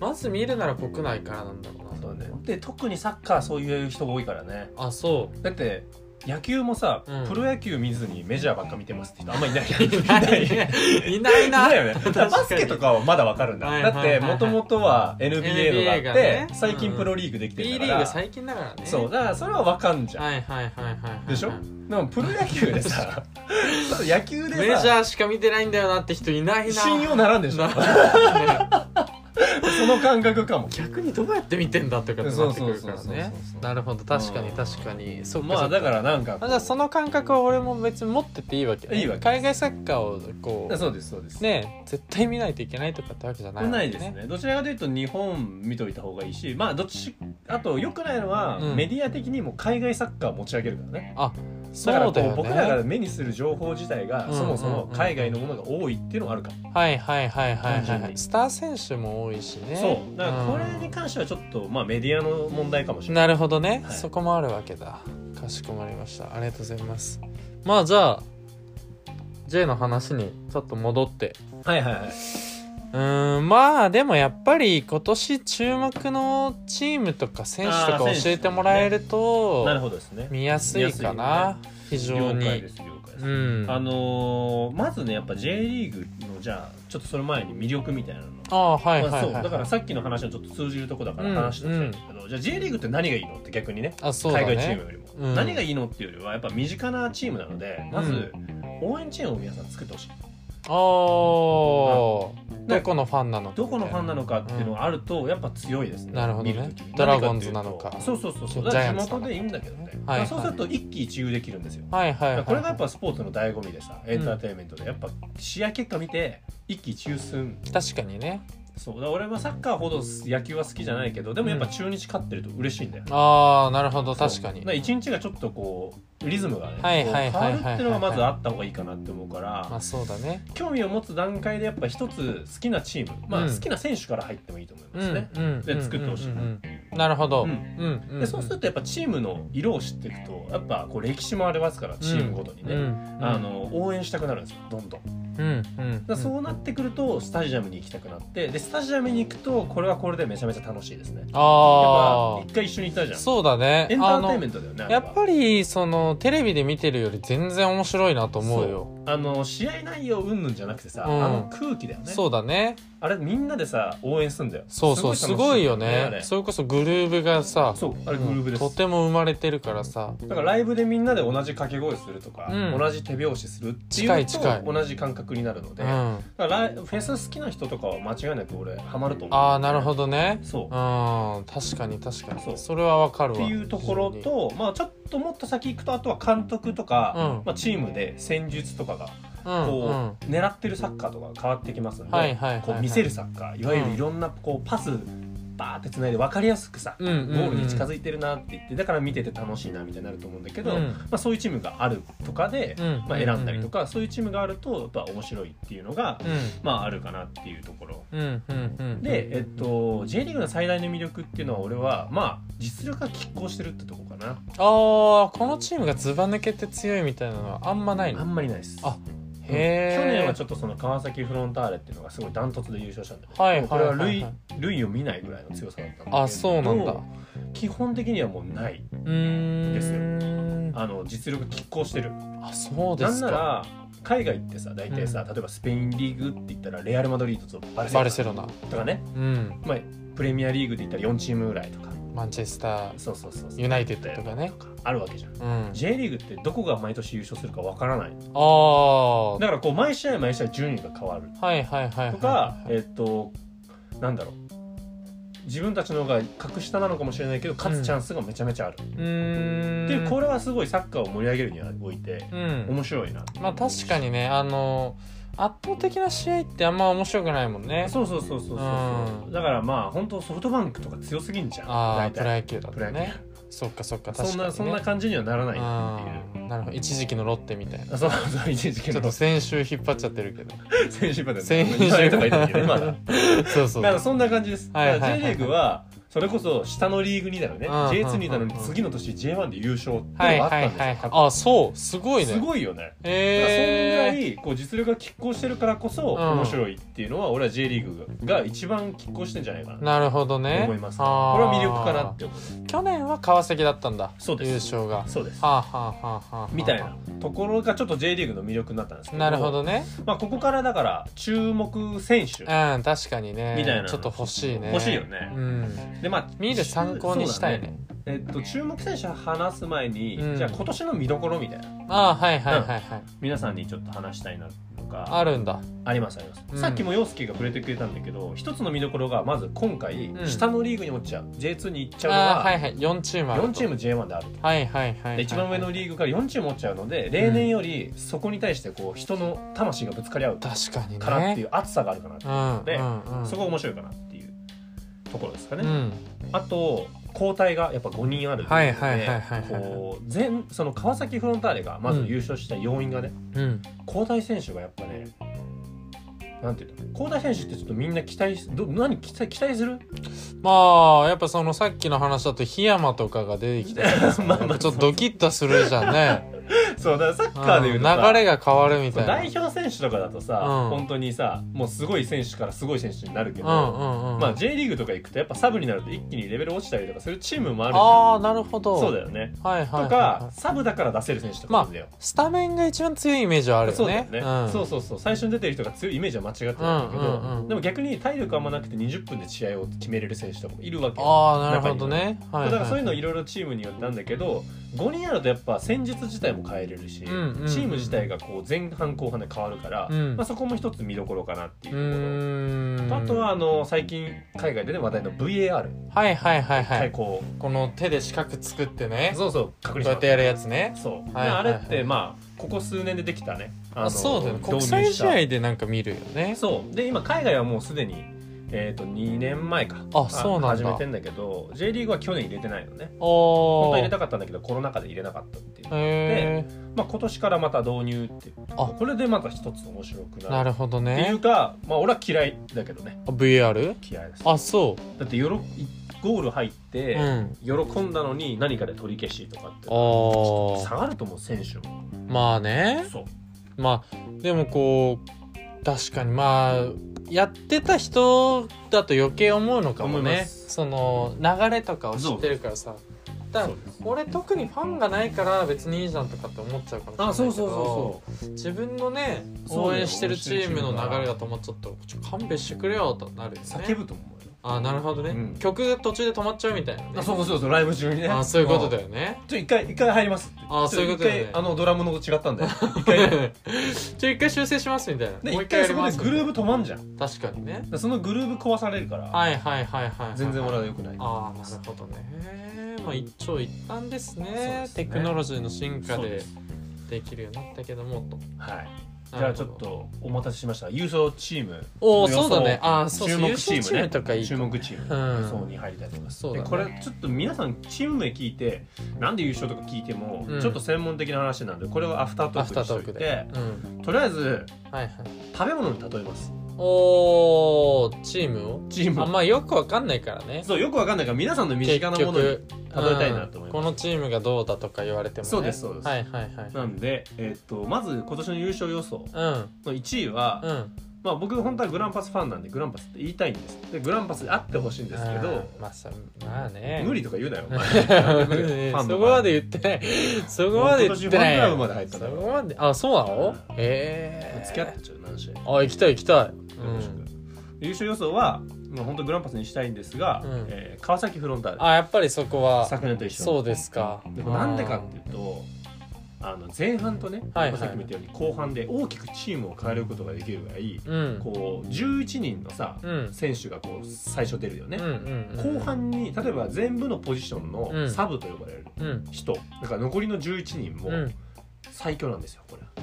Speaker 1: まず見るなら国内からなんだろうな
Speaker 2: そうねで特にサッカーそういう人が多いからね
Speaker 1: あそ
Speaker 2: だって野球もさ、
Speaker 1: うん
Speaker 2: プロ野球見ずにメジャーばっか見てますって人あんまいない
Speaker 1: う いないいないな
Speaker 2: よねだからバスケとかはまだわかるんだ、
Speaker 1: はいはいはいはい
Speaker 2: だってもともとは NBA のがあっ
Speaker 1: NBA
Speaker 2: て
Speaker 1: がね
Speaker 2: 最近プロリーグできて
Speaker 1: B
Speaker 2: る
Speaker 1: リ
Speaker 2: んだか
Speaker 1: ー
Speaker 2: ら、
Speaker 1: グ最近だからね
Speaker 2: そうだからそれはわかんじゃん、
Speaker 1: はいはいはいはいはい
Speaker 2: でしょでもプロ野球 でさそう野球
Speaker 1: メ
Speaker 2: で
Speaker 1: ジ
Speaker 2: さ
Speaker 1: ャーしか見てないんだよなって人いないな
Speaker 2: 信用ならんでしょ
Speaker 1: な
Speaker 2: その感覚かも
Speaker 1: 逆にどうやって見てんだとかってなってくるから
Speaker 2: そうそうそうそうそう
Speaker 1: ねなるほど確かに
Speaker 2: うん
Speaker 1: 確かにそっか
Speaker 2: ま
Speaker 1: そ
Speaker 2: あ
Speaker 1: っ
Speaker 2: だからなんか
Speaker 1: あじゃあその感覚は俺も別に持ってていいわけ、ね、
Speaker 2: いいわけ
Speaker 1: 海外サッカーをこう
Speaker 2: そうですそうです
Speaker 1: ね絶対見ないといけないとかってわけじゃないわけ
Speaker 2: ないですねどちらかというと日本見といた方がいいしまあどっちあと良くないのは、
Speaker 1: うん
Speaker 2: メディア的にも海外サッカーを持ち上げるからね
Speaker 1: そ
Speaker 2: だか
Speaker 1: う
Speaker 2: らこう
Speaker 1: だよね
Speaker 2: 僕らが目にする情報自体が、
Speaker 1: うん
Speaker 2: そもそも海外のものが多いっていうのもあるから、
Speaker 1: はいはいはいはいはい、は
Speaker 2: 単純
Speaker 1: い、
Speaker 2: に
Speaker 1: スター選手も多いしね
Speaker 2: そうだからこれに
Speaker 1: う
Speaker 2: 関してはちょっと、まあ、メディアの問題かもしれ
Speaker 1: ん
Speaker 2: ない
Speaker 1: なるほどね、
Speaker 2: はい
Speaker 1: そこもあるわけだかしこまりましたありがとうございますまあじゃあ J の話にちょっと戻って
Speaker 2: はいはいはいう
Speaker 1: ーんまあでもやっぱり今年注目のチームとか選手と
Speaker 2: あ
Speaker 1: か
Speaker 2: ー
Speaker 1: 教えてもらえると
Speaker 2: なるほどですね
Speaker 1: 見やすいかな非常
Speaker 2: 了解
Speaker 1: に
Speaker 2: です了解です、
Speaker 1: うん
Speaker 2: あのーまずねやっぱ J リーグのじゃあちょっとその前に魅力みたいなの
Speaker 1: ああはいはい
Speaker 2: ま
Speaker 1: は
Speaker 2: あ
Speaker 1: い
Speaker 2: そう
Speaker 1: はい
Speaker 2: だからさっきの話のちょっと通じるとこだから話しておきたいんだけど、じゃあ J リーグって何がいいのって逆にね
Speaker 1: あそうだ
Speaker 2: 海
Speaker 1: ね
Speaker 2: 外チームよりも、
Speaker 1: うん
Speaker 2: 何がいいのっていうよりはやっぱ身近なチームなのでまず、応援チームを皆さん作ってほしい
Speaker 1: あー
Speaker 2: ん
Speaker 1: どこのファンなのか
Speaker 2: どこのファンなのかっていうのがあるとやっぱ強いですね、
Speaker 1: なるほどね
Speaker 2: 見る時に
Speaker 1: ドラゴンズなのか
Speaker 2: なんでっていうとそうそうそう
Speaker 1: ジ
Speaker 2: だ
Speaker 1: ャ
Speaker 2: か
Speaker 1: イア
Speaker 2: ら
Speaker 1: ンツなの
Speaker 2: 地
Speaker 1: か
Speaker 2: 元でいいんだけどね、
Speaker 1: はいはい
Speaker 2: そうすると一喜一憂できるんですよ、
Speaker 1: はいはいはい
Speaker 2: これがやっぱスポーツの醍醐味でさエンターテインメントでやっぱ試合結果見て一喜一憂すん
Speaker 1: 確かにね
Speaker 2: そうだから俺はサッカーほど野球は好きじゃないけどでもやっぱ中日勝ってると嬉しいんだよ、
Speaker 1: ああなるほど
Speaker 2: そう
Speaker 1: 確かに
Speaker 2: だら一日がちょっとこうリズムがね、
Speaker 1: はいはい
Speaker 2: こう
Speaker 1: はいはい
Speaker 2: 変わるっていうのがまずあった方がいいかなって思うから、
Speaker 1: まあそうだね
Speaker 2: 興味を持つ段階でやっぱ一つ好きなチーム、まあ、
Speaker 1: うん
Speaker 2: 好きな選手から入ってもいいと思いま
Speaker 1: う
Speaker 2: すね、
Speaker 1: んうん
Speaker 2: で作ってほしい
Speaker 1: うんうんうんなるほど
Speaker 2: う
Speaker 1: うんんうん
Speaker 2: でそうするとやっぱチームの色を知っていくとやっぱこう歴史もありますからチームごとにね、
Speaker 1: うん
Speaker 2: あの応援したくなるんですよどんどんだか
Speaker 1: うんうん
Speaker 2: らそうなってくるとスタジアムに行きたくなってでスタジアムに行くとこれはこれでめちゃめちゃ楽しいですねやっ
Speaker 1: あ
Speaker 2: ぱ一回一緒に行ったじ
Speaker 1: あ
Speaker 2: ゃん
Speaker 1: そうだね
Speaker 2: エンタ
Speaker 1: あ
Speaker 2: ーテイン
Speaker 1: の
Speaker 2: メントだよねあれ
Speaker 1: や
Speaker 2: は
Speaker 1: っぱりそのテレビで見てるより全然面白いなと思うよ
Speaker 2: あの試合内容うんぬんじゃなくてさ、
Speaker 1: うん
Speaker 2: あの空気だよね
Speaker 1: そうだね
Speaker 2: あれみんなでさ応援すんだよ
Speaker 1: そうそうすごいよ
Speaker 2: あ
Speaker 1: ね
Speaker 2: れ
Speaker 1: それこそグルーブがさ
Speaker 2: そうあれグルーブです、
Speaker 1: とても生まれてるからさ
Speaker 2: だからライブでみんなで同じ掛け声するとか、
Speaker 1: うん
Speaker 2: 同じ手拍子するっていう
Speaker 1: 近
Speaker 2: の
Speaker 1: い近い
Speaker 2: と同じ感覚になるの
Speaker 1: う
Speaker 2: で、
Speaker 1: ん
Speaker 2: だ
Speaker 1: あ
Speaker 2: からライフェス好きな人とかは間違いなく俺ハマると思う
Speaker 1: あなるほどね
Speaker 2: そう
Speaker 1: う、ん確かに確か
Speaker 2: そう
Speaker 1: にそれはわかるわ
Speaker 2: っていうところ
Speaker 1: 非常に
Speaker 2: と、まあ、ちょっともっと先行くとあとは監督とか、
Speaker 1: うん
Speaker 2: まあ、チームで戦術とかが
Speaker 1: うんう
Speaker 2: こ
Speaker 1: ん
Speaker 2: う狙ってるサッカーとかが変わってきますので、
Speaker 1: はいはいはい
Speaker 2: こう見せるサッカーいわゆるいろんなこうパスバーってつないで分かりやすくさ、
Speaker 1: うんうんうん
Speaker 2: ゴールに近づいてるなって言ってだから見てて楽しいなみたいになると思うんだけど、
Speaker 1: うん
Speaker 2: まあ、そういうチームがあるとかで、
Speaker 1: うん
Speaker 2: まあ、選んだりとか、そういうチームがあるとやっぱ面白いっていうのが、
Speaker 1: う
Speaker 2: まあ、あるかなっていうところ。
Speaker 1: んうんうんうん
Speaker 2: で、えっと、J リーグの最大の魅力っていうのは俺はまあ実力が拮抗してるってとこかな
Speaker 1: ああこのチームがずば抜けて強いみたいなのはあんまない
Speaker 2: あ
Speaker 1: の
Speaker 2: んまりないです
Speaker 1: あ
Speaker 2: うん去
Speaker 1: へー
Speaker 2: 年はちょっとその川崎フロンターレっていうのがすごいダントツで優勝したんだけど、
Speaker 1: はいはいはいはい
Speaker 2: もうこれは類類を見ないぐらいの強さだったんだけど
Speaker 1: あそうなんだ
Speaker 2: 基本的にはもうないう
Speaker 1: ーん
Speaker 2: ですよ
Speaker 1: あ
Speaker 2: あの実力拮抗してる
Speaker 1: そうで
Speaker 2: なん
Speaker 1: す
Speaker 2: な
Speaker 1: から
Speaker 2: 海外ってさ大体さ、例えばスペインリーグって言ったらレアル・マドリードとバルセロ
Speaker 1: バ
Speaker 2: ナ
Speaker 1: ルセロナ
Speaker 2: とかね、
Speaker 1: うん
Speaker 2: まあ、プレミアリーグで言ったら4チームぐらいとか
Speaker 1: マンチェスター
Speaker 2: そうそうそうそう
Speaker 1: ユナイテッドとかね
Speaker 2: あるわけじゃん
Speaker 1: うん
Speaker 2: J リーグってどこが毎年優勝するかわからない
Speaker 1: ああは
Speaker 2: だからこう毎試合毎試合順位が変わる
Speaker 1: いはいはいはい
Speaker 2: とか、えっとなんだろう自分たちの方が格下なのかもしれないけど勝つチャンスがめちゃめちゃある、
Speaker 1: うーん
Speaker 2: でこれはすごいサッカーを盛り上げるにはおいて
Speaker 1: うん
Speaker 2: 面白いな、
Speaker 1: まあ確かにねあの圧倒的な試合ってあんま面白くないもんね
Speaker 2: そうそうそうそうそうそう
Speaker 1: うん
Speaker 2: だからまあ本当ソフトバンクとか強すぎんじゃん
Speaker 1: ああ
Speaker 2: 大
Speaker 1: プロ
Speaker 2: 体
Speaker 1: 野球だっ
Speaker 2: プロ
Speaker 1: た
Speaker 2: 野球、
Speaker 1: ねそっかそっか確かに、ね、
Speaker 2: そんなそんな感じにはならないっていう
Speaker 1: あ。ーなるほど一時期のロッテみたいな
Speaker 2: あそうそう一時
Speaker 1: ち
Speaker 2: 期
Speaker 1: ょっ
Speaker 2: の
Speaker 1: と先週引っ張っちゃってるけ ど
Speaker 2: 先週まで
Speaker 1: 先週
Speaker 2: とか言ってたけど今だ
Speaker 1: そうそう
Speaker 2: だからそんな感じです。
Speaker 1: はいはいはいはい
Speaker 2: だから J リーグはそれこそ下のリーグにだよね。
Speaker 1: うんうんうんうん
Speaker 2: J2 にいたのに次の年 J1 で優勝っていうの
Speaker 1: はい
Speaker 2: があ
Speaker 1: は
Speaker 2: った
Speaker 1: い
Speaker 2: んですよ。
Speaker 1: はいはいあそうすごいね
Speaker 2: すごいよね。だからそんぐら
Speaker 1: え
Speaker 2: いこう実力が拮抗してるからこそ
Speaker 1: ん
Speaker 2: 面白いっていうのは俺は J リーグが一番拮抗してんじゃないか
Speaker 1: ー、
Speaker 2: な
Speaker 1: なるほど
Speaker 2: と
Speaker 1: ね
Speaker 2: 思います、ね。
Speaker 1: あー
Speaker 2: これは魅力かなって思う。
Speaker 1: 去年は川崎だったんだ
Speaker 2: そうです
Speaker 1: 優勝がは
Speaker 2: そうです
Speaker 1: あ。はあはあはあはあ
Speaker 2: みたいなところがちょっと J リーグの魅力になったんですけど
Speaker 1: なるほどね
Speaker 2: まあ、ここからだから注目選手
Speaker 1: うん確かにね
Speaker 2: みたいな
Speaker 1: ちょっと欲しいね
Speaker 2: 欲しいよね
Speaker 1: うん
Speaker 2: で、まあ、
Speaker 1: 見る参考にしたい
Speaker 2: そうだ
Speaker 1: ね
Speaker 2: えっと、注目選手話す前に、
Speaker 1: うん
Speaker 2: じゃあ今年の見どころみたいな
Speaker 1: ああはいはいはいはい
Speaker 2: 皆さんにちょっと話したいなとか
Speaker 1: あるんだ
Speaker 2: ありますあります、
Speaker 1: うん
Speaker 2: さっきも陽介が触れてくれたんだけど一つの見どころがまず今回、
Speaker 1: うん
Speaker 2: 下のリーグに落ちちゃう J2 に行っち
Speaker 1: ああ
Speaker 2: ゃ
Speaker 1: はいはい4チーム
Speaker 2: う
Speaker 1: あ
Speaker 2: の
Speaker 1: る
Speaker 2: は
Speaker 1: と
Speaker 2: 4チーム J1 であると。
Speaker 1: はいはいはい、はい、
Speaker 2: で一番上のリーグから4チーム落ちちゃうので例年よりそこに対してこう人の魂がぶつかり合うか
Speaker 1: 確かにね
Speaker 2: らっていう熱さがあるかなっ
Speaker 1: う
Speaker 2: て
Speaker 1: ん
Speaker 2: で
Speaker 1: うんうん、
Speaker 2: そこが面白いかなっていうところですかね。
Speaker 1: うん
Speaker 2: あと交代がやっぱ5人ある
Speaker 1: はいはいはいはいはい
Speaker 2: こう全その川崎フロンターレがまず優勝した要因がね、
Speaker 1: うん
Speaker 2: 交代選手がやっぱねなんていうの交代選手ってちょっとみんな期待すど何期待期待 する
Speaker 1: まあやっぱそのさっきの話だと檜山とかが出てきたりさ
Speaker 2: まあまあ
Speaker 1: やっぱちょっとドキッとするじゃんね
Speaker 2: そうだからサ ッカーで
Speaker 1: う
Speaker 2: いうんとさ
Speaker 1: 流れが変わるみ
Speaker 2: そ
Speaker 1: た
Speaker 2: う
Speaker 1: いな
Speaker 2: 代表選手とかだとさ、
Speaker 1: うん
Speaker 2: 本当にさもうすごい選手からすごい選手になるけど、
Speaker 1: うんうんうん
Speaker 2: まあ、J リーグとか行くとやっぱサブになると一気にレベル落ちたりとかするチームもあるじゃん
Speaker 1: ああなるほど
Speaker 2: そうだよね、
Speaker 1: はいはいはい、
Speaker 2: とかサブだから出せる選手とかいるんだよ、
Speaker 1: スタメンが一番強いイメージはある
Speaker 2: そ
Speaker 1: よ
Speaker 2: うだよ
Speaker 1: ね
Speaker 2: ね、
Speaker 1: ん、
Speaker 2: そうそうそう最初に出てる人が強いイメージは間違ってるんだけど、
Speaker 1: うんうんうん
Speaker 2: でも逆に体力あんまなくて20分で試合を決めれる選手とかもいるわけよ
Speaker 1: ああなるほどねはい、は
Speaker 2: だ
Speaker 1: い、
Speaker 2: からそういうのいろいろチームによってなんだけど5人あるとやっぱ戦術自体も変えれれるし、
Speaker 1: うんうんうん
Speaker 2: チーム自体がこう前半後半で変わるから、
Speaker 1: うん
Speaker 2: まあ、そこも一つ見どころかなっていう
Speaker 1: う
Speaker 2: ところ。
Speaker 1: ーん
Speaker 2: あとはあの最近海外でね話題の VAR、
Speaker 1: はいはいはいはい、
Speaker 2: はい、こ
Speaker 1: この手で四角作って
Speaker 2: う
Speaker 1: ね
Speaker 2: そうそう
Speaker 1: こ
Speaker 2: 確
Speaker 1: う
Speaker 2: 認
Speaker 1: やってやるやつね
Speaker 2: そう、
Speaker 1: はいはいはい
Speaker 2: であれってまあここ数年でできたねあ
Speaker 1: あ
Speaker 2: の
Speaker 1: そうだよね
Speaker 2: 導入
Speaker 1: 国
Speaker 2: した
Speaker 1: 際試合でなんか見るよね
Speaker 2: そうで今海外はもうすでにえっ、と2年前か
Speaker 1: あそうなんだ
Speaker 2: 始めてんだけど J リーグは去年入れてないのね本当
Speaker 1: お
Speaker 2: は入れ
Speaker 1: ー
Speaker 2: たかったんだけどコロナ禍で入れなかったっていう、
Speaker 1: へ
Speaker 2: まあ、今年からまた導入っていう
Speaker 1: あ
Speaker 2: これでまた一つ面白く
Speaker 1: ー
Speaker 2: な
Speaker 1: な
Speaker 2: る
Speaker 1: るほど
Speaker 2: ってい
Speaker 1: ね
Speaker 2: うか、まあ俺は嫌いだけどね
Speaker 1: あ VR?
Speaker 2: 嫌いです
Speaker 1: あそ
Speaker 2: だってよろゴール入って、
Speaker 1: う、うん
Speaker 2: 喜んだのに何かで取り消しとかって
Speaker 1: あ
Speaker 2: 下がると思う選手も
Speaker 1: あまあね
Speaker 2: そう
Speaker 1: まあでもこう確かにまあやってた人だと余計思うのかも
Speaker 2: 思いま
Speaker 1: ね
Speaker 2: す
Speaker 1: その流れとかを知ってるからさだから
Speaker 2: そうです
Speaker 1: 俺特にファンがないから別にいいじゃんとかって思っちゃうかもしれないけど
Speaker 2: う
Speaker 1: 自分のね
Speaker 2: そうだよ
Speaker 1: 応援してるチームの流れだと思っちゃったらちょ勘弁してくれよとなるよね
Speaker 2: 叫ぶと思うよ
Speaker 1: あなるほどね、
Speaker 2: うん
Speaker 1: 曲が途中で止まっちゃうみたいなね
Speaker 2: あそうそうそうライブ中にね
Speaker 1: あそういうことだよね
Speaker 2: ちょ一回一回入りますって
Speaker 1: あそういうことだよね
Speaker 2: ちょ一回あのドラムの音違 ったんだよ 一回ね
Speaker 1: じゃあ一回修正しますみたいな
Speaker 2: で
Speaker 1: もう
Speaker 2: 一
Speaker 1: 一回やり
Speaker 2: 回そこ
Speaker 1: ま
Speaker 2: ですグルーブ止まんじゃん
Speaker 1: みたいな確かにね
Speaker 2: でそのグルーブ壊されるから
Speaker 1: はいはいはいはい、はい、
Speaker 2: 全然俺は良くない
Speaker 1: ああなるほどねまあ一長一短ですね
Speaker 2: そうです
Speaker 1: テ
Speaker 2: ね
Speaker 1: クノロジーの進化
Speaker 2: そう
Speaker 1: で
Speaker 2: です
Speaker 1: できるようになったけどもと
Speaker 2: はいじ
Speaker 1: な
Speaker 2: ゃ
Speaker 1: る
Speaker 2: あ
Speaker 1: ほ
Speaker 2: ち
Speaker 1: ど
Speaker 2: ょっとお待たせしました優勝チーム
Speaker 1: おお
Speaker 2: の予
Speaker 1: そう
Speaker 2: 想
Speaker 1: だねああそう
Speaker 2: 注
Speaker 1: そう
Speaker 2: 目
Speaker 1: 優
Speaker 2: チー
Speaker 1: 勝
Speaker 2: ムね
Speaker 1: チームとかいい
Speaker 2: 注目チーム
Speaker 1: うん
Speaker 2: の予想に入りたいと思います、
Speaker 1: そうだね
Speaker 2: でこれちょっと皆さんチーム名聞いてなんで優勝とか聞いても、
Speaker 1: うん
Speaker 2: ちょっと専門的な話なんでこれはアフタート
Speaker 1: ア
Speaker 2: ー
Speaker 1: フ
Speaker 2: ク
Speaker 1: タ
Speaker 2: に
Speaker 1: ー
Speaker 2: しと
Speaker 1: ト
Speaker 2: い
Speaker 1: ーク
Speaker 2: て
Speaker 1: で、うん、
Speaker 2: とりあえず
Speaker 1: はいはい
Speaker 2: 食べ物に例えます
Speaker 1: おおチームを
Speaker 2: チーム
Speaker 1: あんまあよくわかんないからね
Speaker 2: そうよくわかんないから皆さんの身近なものに例え
Speaker 1: 結
Speaker 2: たいなと思います
Speaker 1: うんこのチームがどうだとか言われてもね
Speaker 2: そうですそうです
Speaker 1: はいはいはい
Speaker 2: なんで、えっとまず今年の優勝予想
Speaker 1: うん
Speaker 2: の1位は、
Speaker 1: うん
Speaker 2: まあ、僕本当はグランパスファンなんでグランパスって言いたいんですでグランパスであってほしいんですけ
Speaker 1: あ
Speaker 2: ど
Speaker 1: ーまあさまあね
Speaker 2: 無理とか言うなよ お前
Speaker 1: ねそこまで言ってないそこまで言ってない
Speaker 2: 今年ファンクラブまで入った
Speaker 1: そ
Speaker 2: だろ
Speaker 1: こまであそうなのへえ
Speaker 2: 付き合ってちゃう何試合よ
Speaker 1: あ行きたい行きたい
Speaker 2: ろしく、優勝予想は、まあ、本当グランパスにしたいんですが、
Speaker 1: うん
Speaker 2: えー川崎フロンターレ
Speaker 1: あやっぱりそこは
Speaker 2: 昨年と一緒
Speaker 1: そうですか
Speaker 2: でもなんでかっていうとあの前半とね、
Speaker 1: はいはい
Speaker 2: まあさっきも言ったように後半で大きくチームを変えることができるぐらい、
Speaker 1: うん
Speaker 2: こう11人のさ、
Speaker 1: うん
Speaker 2: 選手がこう最初出るよね
Speaker 1: うん、うんうん
Speaker 2: 後半に例えば全部のポジション
Speaker 1: う
Speaker 2: の
Speaker 1: ん
Speaker 2: サブと呼ばれる
Speaker 1: うん
Speaker 2: 人、だから残りの11人も
Speaker 1: うん
Speaker 2: 最強なんですよこれだ
Speaker 1: あ
Speaker 2: から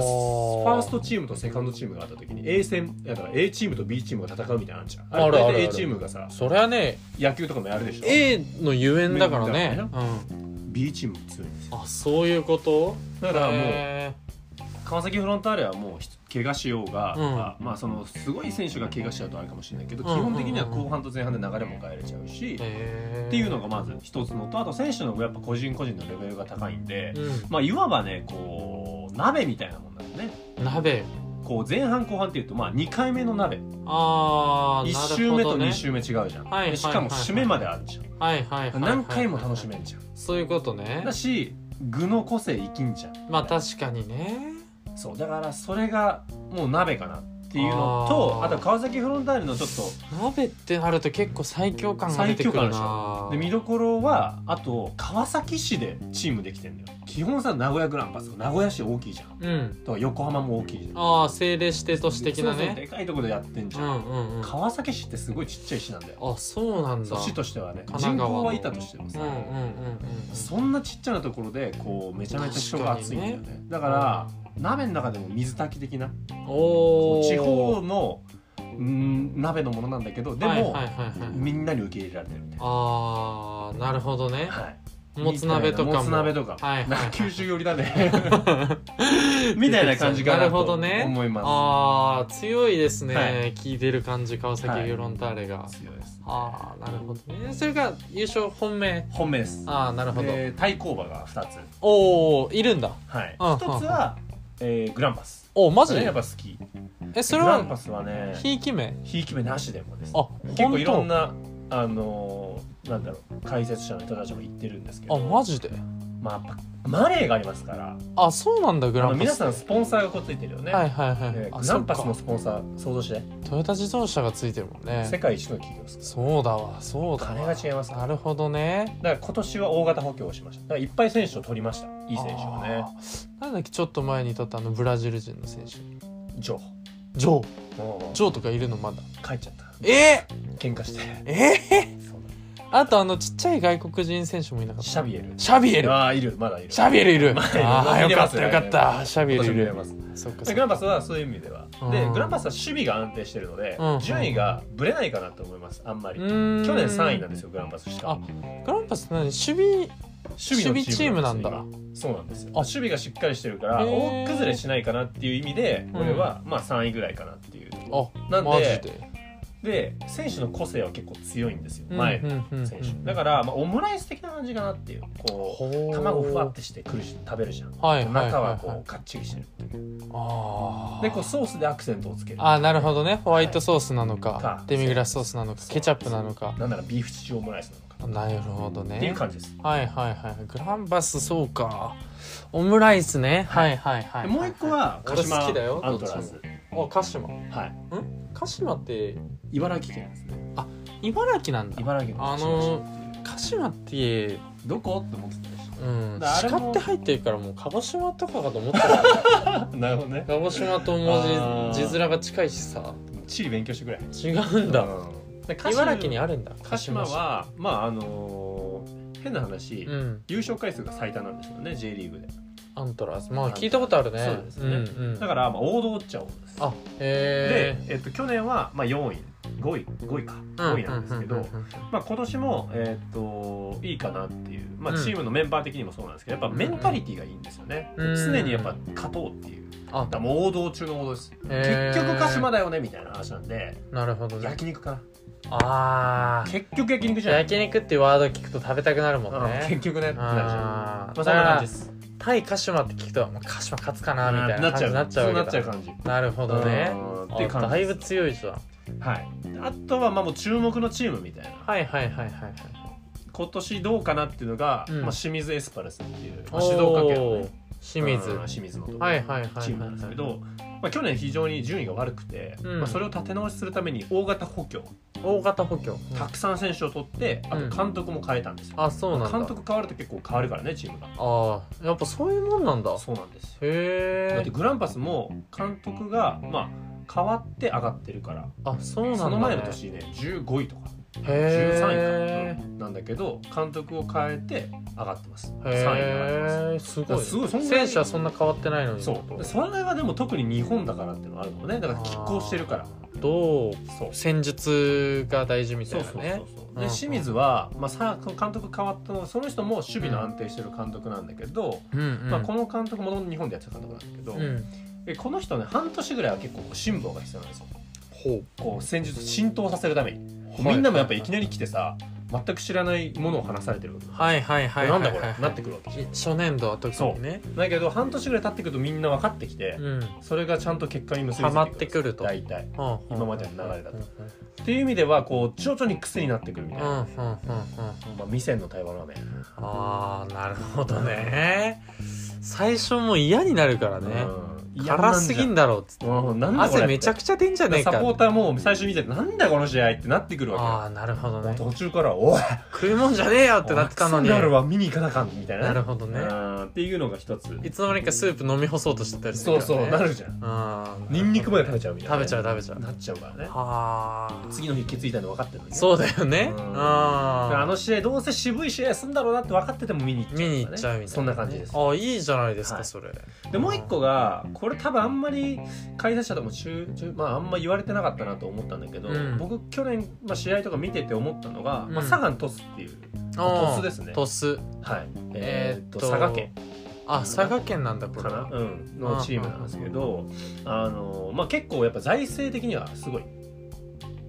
Speaker 2: フ
Speaker 1: ー
Speaker 2: ァーストチームとセカンドチームがあった時に A 戦だから A チームと B チームが戦うみたいなのあるじゃん
Speaker 1: あるあるある
Speaker 2: れ大体 A チームがさ
Speaker 1: それはね
Speaker 2: 野球とかもやるでしょ
Speaker 1: A のゆえんだからね
Speaker 2: メインだ
Speaker 1: うん
Speaker 2: B チームも強いんですよ
Speaker 1: あそういうこと
Speaker 2: だからもう
Speaker 1: へ
Speaker 2: 川崎フロンターレはもうひ怪我しようが、
Speaker 1: うん
Speaker 2: あまあそのすごい選手が怪我しちゃうとあれかもしれないけど、
Speaker 1: うんうんうん
Speaker 2: 基本的には後半と前半で流れも変えれちゃうし、
Speaker 1: ーへー
Speaker 2: っていうのがまず一つのとあと選手のやっぱ個人個人のレベルが高いんで、
Speaker 1: う
Speaker 2: まあいわばねこう鍋みたいなもんだよね
Speaker 1: ん鍋
Speaker 2: こう前半後半っていうとまあ2回目の鍋、
Speaker 1: ああ
Speaker 2: 一1
Speaker 1: な
Speaker 2: 周
Speaker 1: るほ
Speaker 2: 目
Speaker 1: ど
Speaker 2: と
Speaker 1: ね
Speaker 2: 2周目違うじゃん、
Speaker 1: はいはいはい
Speaker 2: でしかも締めまであるじゃん、
Speaker 1: はいはいはいはい
Speaker 2: 何回も楽しめんじゃん、
Speaker 1: そういうことね
Speaker 2: だし具の個性生きんじゃん
Speaker 1: まあ確かにね
Speaker 2: そうだからそれがもう鍋かなっていうのと
Speaker 1: あー
Speaker 2: あと川崎フロンターレのちょっと
Speaker 1: 鍋ってなると結構最強感が出てくる
Speaker 2: 最強
Speaker 1: な
Speaker 2: で見どころはあと川崎市でチームできてんだよ基本さ名古屋グランパス名古屋市大きいじゃん
Speaker 1: うん
Speaker 2: とか横浜も大きいじゃん
Speaker 1: ああ政令指定都市的な
Speaker 2: そうそう
Speaker 1: ね
Speaker 2: でかいとこでやってんじ
Speaker 1: う
Speaker 2: ゃん、
Speaker 1: んうんうんあ
Speaker 2: 川崎市ってすごいちっちゃい市なんだよ
Speaker 1: そうなんだ
Speaker 2: そう市としてはね
Speaker 1: 神
Speaker 2: 人
Speaker 1: 奈川の
Speaker 2: 口はいたとしても
Speaker 1: う
Speaker 2: さ、
Speaker 1: んうんうんうん
Speaker 2: そんなちっちゃなところでこうめちゃめちゃ人が熱いんだよねだから、鍋の中でも水炊き的な
Speaker 1: うんおお
Speaker 2: 地方のうん鍋のものなんだけどでも、
Speaker 1: はいはいはいはい
Speaker 2: みんなに受け入れられてるみたい
Speaker 1: ああなるほどね
Speaker 2: な。はい
Speaker 1: もつ鍋とかも
Speaker 2: もつ鍋とか、
Speaker 1: はいはいはい
Speaker 2: 九州寄り だねみたいな感じか
Speaker 1: な
Speaker 2: な
Speaker 1: るほど
Speaker 2: と
Speaker 1: ね
Speaker 2: 思いま
Speaker 1: ああ強いですね、
Speaker 2: はい
Speaker 1: 聞いてる感じ川崎
Speaker 2: はい
Speaker 1: フロンターレが、
Speaker 2: す。強いです
Speaker 1: ああなるほどねそれが優勝本命
Speaker 2: 本命です。
Speaker 1: ああなるほど、
Speaker 2: で対抗馬が二つ。
Speaker 1: おおいるんだ
Speaker 2: はい。
Speaker 1: うん
Speaker 2: 一つは、えーグランパス。
Speaker 1: おおマジ
Speaker 2: ねやっぱ好き。
Speaker 1: えそ
Speaker 2: グ
Speaker 1: れ
Speaker 2: ランパ
Speaker 1: は
Speaker 2: スはね、
Speaker 1: ひいき目
Speaker 2: ひいき目なしでもです。
Speaker 1: あ
Speaker 2: 結構いろん
Speaker 1: な
Speaker 2: なあのーなんだろう解説者の人たちも言ってるんですけ
Speaker 1: あ
Speaker 2: ど。
Speaker 1: マジで
Speaker 2: まあ、やっぱマネーがありますから
Speaker 1: あそうなんだグ
Speaker 2: あ
Speaker 1: ラ
Speaker 2: の
Speaker 1: ンパ
Speaker 2: 皆
Speaker 1: ス
Speaker 2: さんスポンサーがこうついてるよね、
Speaker 1: はいはいはい、
Speaker 2: で
Speaker 1: あ
Speaker 2: グラ
Speaker 1: そっ
Speaker 2: ンパ
Speaker 1: か
Speaker 2: スのスポンサー想像して
Speaker 1: トヨタ自動車がついてるもんね
Speaker 2: 世界一の企業ですから
Speaker 1: そうだわそうだわ
Speaker 2: 金が違いますから
Speaker 1: なるほどね
Speaker 2: だから今年は大型補強をしましただからいっぱい選手を取りましたいい選手をね
Speaker 1: あーなんだっけちょっと前にとったあのブラジル人の選手
Speaker 2: ジョー
Speaker 1: ジョー
Speaker 2: も
Speaker 1: ジョーとかいるのまだ
Speaker 2: う帰っちゃった
Speaker 1: え
Speaker 2: 喧嘩して
Speaker 1: ー、え
Speaker 2: そう
Speaker 1: ー、
Speaker 2: だ
Speaker 1: あとあのちっちゃい外国人選手もいなかった
Speaker 2: シャビエル
Speaker 1: シャビエル
Speaker 2: ああいるまだいる
Speaker 1: シャビエルいる
Speaker 2: まあいる
Speaker 1: あ
Speaker 2: まあ
Speaker 1: あよ
Speaker 2: 見れ
Speaker 1: か
Speaker 2: ま
Speaker 1: っ
Speaker 2: す
Speaker 1: た
Speaker 2: よ
Speaker 1: よかったシャビエルい
Speaker 2: 今年見れ
Speaker 1: る
Speaker 2: ます
Speaker 1: そっか
Speaker 2: で
Speaker 1: そっ
Speaker 2: グラン
Speaker 1: か
Speaker 2: パスはそういう意味ではで
Speaker 1: うん
Speaker 2: グランパスは守備が安定してるので
Speaker 1: うん
Speaker 2: 順位がぶれないかなと思いますあんまり
Speaker 1: う
Speaker 2: 去
Speaker 1: ーん
Speaker 2: 年3位なんですよグランパスしか
Speaker 1: あ
Speaker 2: も
Speaker 1: グランパスって何守備
Speaker 2: 守
Speaker 1: 守備チームなんだ
Speaker 2: なんですよ今そうなんですよ
Speaker 1: あ
Speaker 2: 守備がしっかりしてるから
Speaker 1: へー
Speaker 2: 大崩れしないかなっていう意味で
Speaker 1: うん
Speaker 2: 俺はまあ3位ぐらいかなっていうとこ
Speaker 1: あ
Speaker 2: なんで
Speaker 1: マジで
Speaker 2: ろで選手の個性は結構強いんですよ前の
Speaker 1: うんうんうんうん
Speaker 2: 選手だからまあオムライス的な感じかなっていうこう卵ふわってしてくるし食べるじゃん
Speaker 1: はいはいはい
Speaker 2: 中は
Speaker 1: は
Speaker 2: こ
Speaker 1: いう
Speaker 2: かっちりしてる
Speaker 1: あー
Speaker 2: でこうソースでアクセントをつける
Speaker 1: あーなるほどねホワイトソースなのか、
Speaker 2: はい
Speaker 1: デミグラスソースなのか
Speaker 2: そう
Speaker 1: ケチャップなのか
Speaker 2: なんならビーフシチューオムライスなのか
Speaker 1: なるほど
Speaker 2: っていう
Speaker 1: ね
Speaker 2: 感じです
Speaker 1: はいはいはいグランパスそうかオムライスねはいはいはい、
Speaker 2: もう一個は鹿
Speaker 1: 俺
Speaker 2: 島
Speaker 1: 好きだよ
Speaker 2: アントラーズ
Speaker 1: どっあ鹿島
Speaker 2: はい
Speaker 1: 鹿島って
Speaker 2: 茨城県ですね
Speaker 1: 茨城なんだ
Speaker 2: 茨城の鹿島市っていう
Speaker 1: 鹿島って
Speaker 2: どこって思ってたでし
Speaker 1: うん
Speaker 2: だからあれも
Speaker 1: 鹿って入ってるからもう鹿児島とかかと思ったら
Speaker 2: ょなるほどね
Speaker 1: 鹿児島と
Speaker 2: あ
Speaker 1: 文
Speaker 2: ー
Speaker 1: 字字面が近いしさ
Speaker 2: 地理勉強してくれ
Speaker 1: 違うんだ
Speaker 2: うんで鹿島
Speaker 1: 茨城にあるんだ
Speaker 2: 鹿島
Speaker 1: 市
Speaker 2: はまああのー変な話
Speaker 1: うん
Speaker 2: 優勝回数が最多なんですよね J リーグで
Speaker 1: アントラーズまあ聞いたことあるね
Speaker 2: そうですね
Speaker 1: んうん
Speaker 2: だからまあ王道っちゃ王道です
Speaker 1: あへ
Speaker 2: で
Speaker 1: え、
Speaker 2: えっと、去年は、まあ、4位5位5位か5位なんですけど、まあ、今年も、えっといいかなっていう、まあ、
Speaker 1: うん
Speaker 2: チームのメンバー的にもそうなんですけどやっぱメンタリティがいいんですよね、
Speaker 1: うん
Speaker 2: 常にやっぱ勝とうっていう
Speaker 1: あ
Speaker 2: だからもう王道中の王道です、
Speaker 1: へー
Speaker 2: 結局鹿島だよねみたいな話なんで
Speaker 1: なるほどね
Speaker 2: 焼肉か
Speaker 1: あ
Speaker 2: な
Speaker 1: あ
Speaker 2: 結局焼肉じゃない
Speaker 1: 焼肉っていうワード聞くと食べたくなるもん
Speaker 2: うん結
Speaker 1: ね
Speaker 2: 局ねってなるじゃん
Speaker 1: あ
Speaker 2: ま
Speaker 1: あ
Speaker 2: あ、
Speaker 1: だ
Speaker 2: そ
Speaker 1: か
Speaker 2: んな感
Speaker 1: ら
Speaker 2: じです
Speaker 1: 対鹿島って聞くとまあ鹿島勝つかなみたいな
Speaker 2: なっ
Speaker 1: 感
Speaker 2: ち
Speaker 1: じ
Speaker 2: ゃう
Speaker 1: になっちゃ
Speaker 2: そう
Speaker 1: う
Speaker 2: な
Speaker 1: わ
Speaker 2: っ
Speaker 1: け
Speaker 2: ちゃう
Speaker 1: だ
Speaker 2: 感じ
Speaker 1: なるほどね
Speaker 2: うんっていう
Speaker 1: あ
Speaker 2: 感
Speaker 1: だ
Speaker 2: じ
Speaker 1: い
Speaker 2: で
Speaker 1: ぶ
Speaker 2: す
Speaker 1: 強いじゃん
Speaker 2: はいあとはまあもう注目のチームみたいな
Speaker 1: はいはいはいはいはい
Speaker 2: 今年どうかなっていうのが、
Speaker 1: うん
Speaker 2: まあ、清水エスパルスっていう、まあ、静岡県の、
Speaker 1: おー
Speaker 2: ね、
Speaker 1: 清水
Speaker 2: うん清水のところ
Speaker 1: はい
Speaker 2: の
Speaker 1: はいはいはい
Speaker 2: チームなんですけど、まあ、去年非常に順位が悪くて、
Speaker 1: うん
Speaker 2: まあ、それを立て直しするために大型補強
Speaker 1: 大型補強
Speaker 2: たくさん選手を取ってあ
Speaker 1: うん
Speaker 2: と監督も変えたんですよ、
Speaker 1: あそうなんだ
Speaker 2: 監督変わると結構変わるからねチームが
Speaker 1: ああやっぱそういうもんなんだ
Speaker 2: そうなんですよだっ
Speaker 1: へ
Speaker 2: て
Speaker 1: え
Speaker 2: グランパスも監督がまあ変わって上がってるから
Speaker 1: あそうなんだね
Speaker 2: その前の年ね15位とか13
Speaker 1: へ
Speaker 2: 位か、うんなんだけど監督を変えて上がってます
Speaker 1: え
Speaker 2: 3位に上がってます
Speaker 1: へえすごい
Speaker 2: すごいそんぐらい
Speaker 1: 選手はそんな変わってないのに
Speaker 2: そうそれがでも特に日本だからっていうのはあるのねだから拮抗してるから
Speaker 1: どう
Speaker 2: そう
Speaker 1: 戦術が大事みた
Speaker 2: そ
Speaker 1: いうな
Speaker 2: そうそうそう、
Speaker 1: ね
Speaker 2: で清水は、まあ、さ監督変わったのはその人も守備の安定してる監督なんだけど、
Speaker 1: うんうん
Speaker 2: まあ、この監督もともと日本でやってた監督なんだけど、
Speaker 1: うん
Speaker 2: でこの人ね半年ぐらいは結構こう辛抱が必要なんですよ
Speaker 1: ほ
Speaker 2: こう戦術浸透させるために、
Speaker 1: う
Speaker 2: みんなもやっぱいきなり来てさ全く知らないものを話されてるわけ、
Speaker 1: はいはいはいはい
Speaker 2: なんだこれ、
Speaker 1: はいはい
Speaker 2: なってくるわけじゃん
Speaker 1: 初年度は特にね
Speaker 2: だけど半年ぐらい経ってくるとみんな分かってきて、
Speaker 1: うん
Speaker 2: それがちゃんと結果に結びついて
Speaker 1: はまってくると
Speaker 2: 大体今までの流れだと
Speaker 1: と
Speaker 2: っていう意味ではこう徐々に癖になってくるみたい
Speaker 1: うんうんうん
Speaker 2: な、
Speaker 1: うんうん
Speaker 2: まあ、未然の台湾ラーメン
Speaker 1: あーなるほどね最初もう嫌になるからね
Speaker 2: うん
Speaker 1: 辛すぎんだろうっつって
Speaker 2: うんなんだこれ
Speaker 1: 汗めちゃくちゃ出んじゃねえ
Speaker 2: サ
Speaker 1: か
Speaker 2: ポーターも最初見ててなんだこの試合ってなってくる
Speaker 1: あ
Speaker 2: わ
Speaker 1: あなるほど
Speaker 2: けよ
Speaker 1: ね
Speaker 2: 途中から「おい!」
Speaker 1: 食いもんじゃねえよってなってたのに
Speaker 2: なるわ見に行かなあかんみたいな
Speaker 1: なるほどね
Speaker 2: うんっていうのが一つ
Speaker 1: いつの間にかスープ飲み干そうとしてたりす
Speaker 2: そ
Speaker 1: る
Speaker 2: う
Speaker 1: から、ね、
Speaker 2: そうなるじゃん
Speaker 1: うん
Speaker 2: ニンニクまで食べちゃうみたいな
Speaker 1: 食べちゃう食べちゃう
Speaker 2: なっちゃうからね
Speaker 1: はあ
Speaker 2: 次の日気づいたの分かってるのにね
Speaker 1: そうだよね
Speaker 2: う
Speaker 1: うんん
Speaker 2: あの試合どうせ渋い試合するんだろうなって分かってても見に行っちゃうとか
Speaker 1: 見
Speaker 2: ね
Speaker 1: に行っちゃうみたいな、ね、
Speaker 2: そんな感じです
Speaker 1: あいいじゃないですか、
Speaker 2: はい
Speaker 1: それ
Speaker 2: でもう一個がこれ多分あんまり解説者とも中中、まあ、あんま言われてなかったなと思ったんだけど、
Speaker 1: うん
Speaker 2: 僕去年、まあ、試合とか見てて思ったのが、
Speaker 1: うん
Speaker 2: まあ、サガン鳥栖っていう、
Speaker 1: あー
Speaker 2: 鳥栖ですね
Speaker 1: 鳥栖
Speaker 2: はい
Speaker 1: えー
Speaker 2: えー
Speaker 1: っ
Speaker 2: っ
Speaker 1: と
Speaker 2: と佐賀県
Speaker 1: あ佐賀県なんだこ
Speaker 2: か
Speaker 1: れ
Speaker 2: な、
Speaker 1: は
Speaker 2: うん、のチームなんですけどあの、まあ、結構やっぱ財政的にはすごい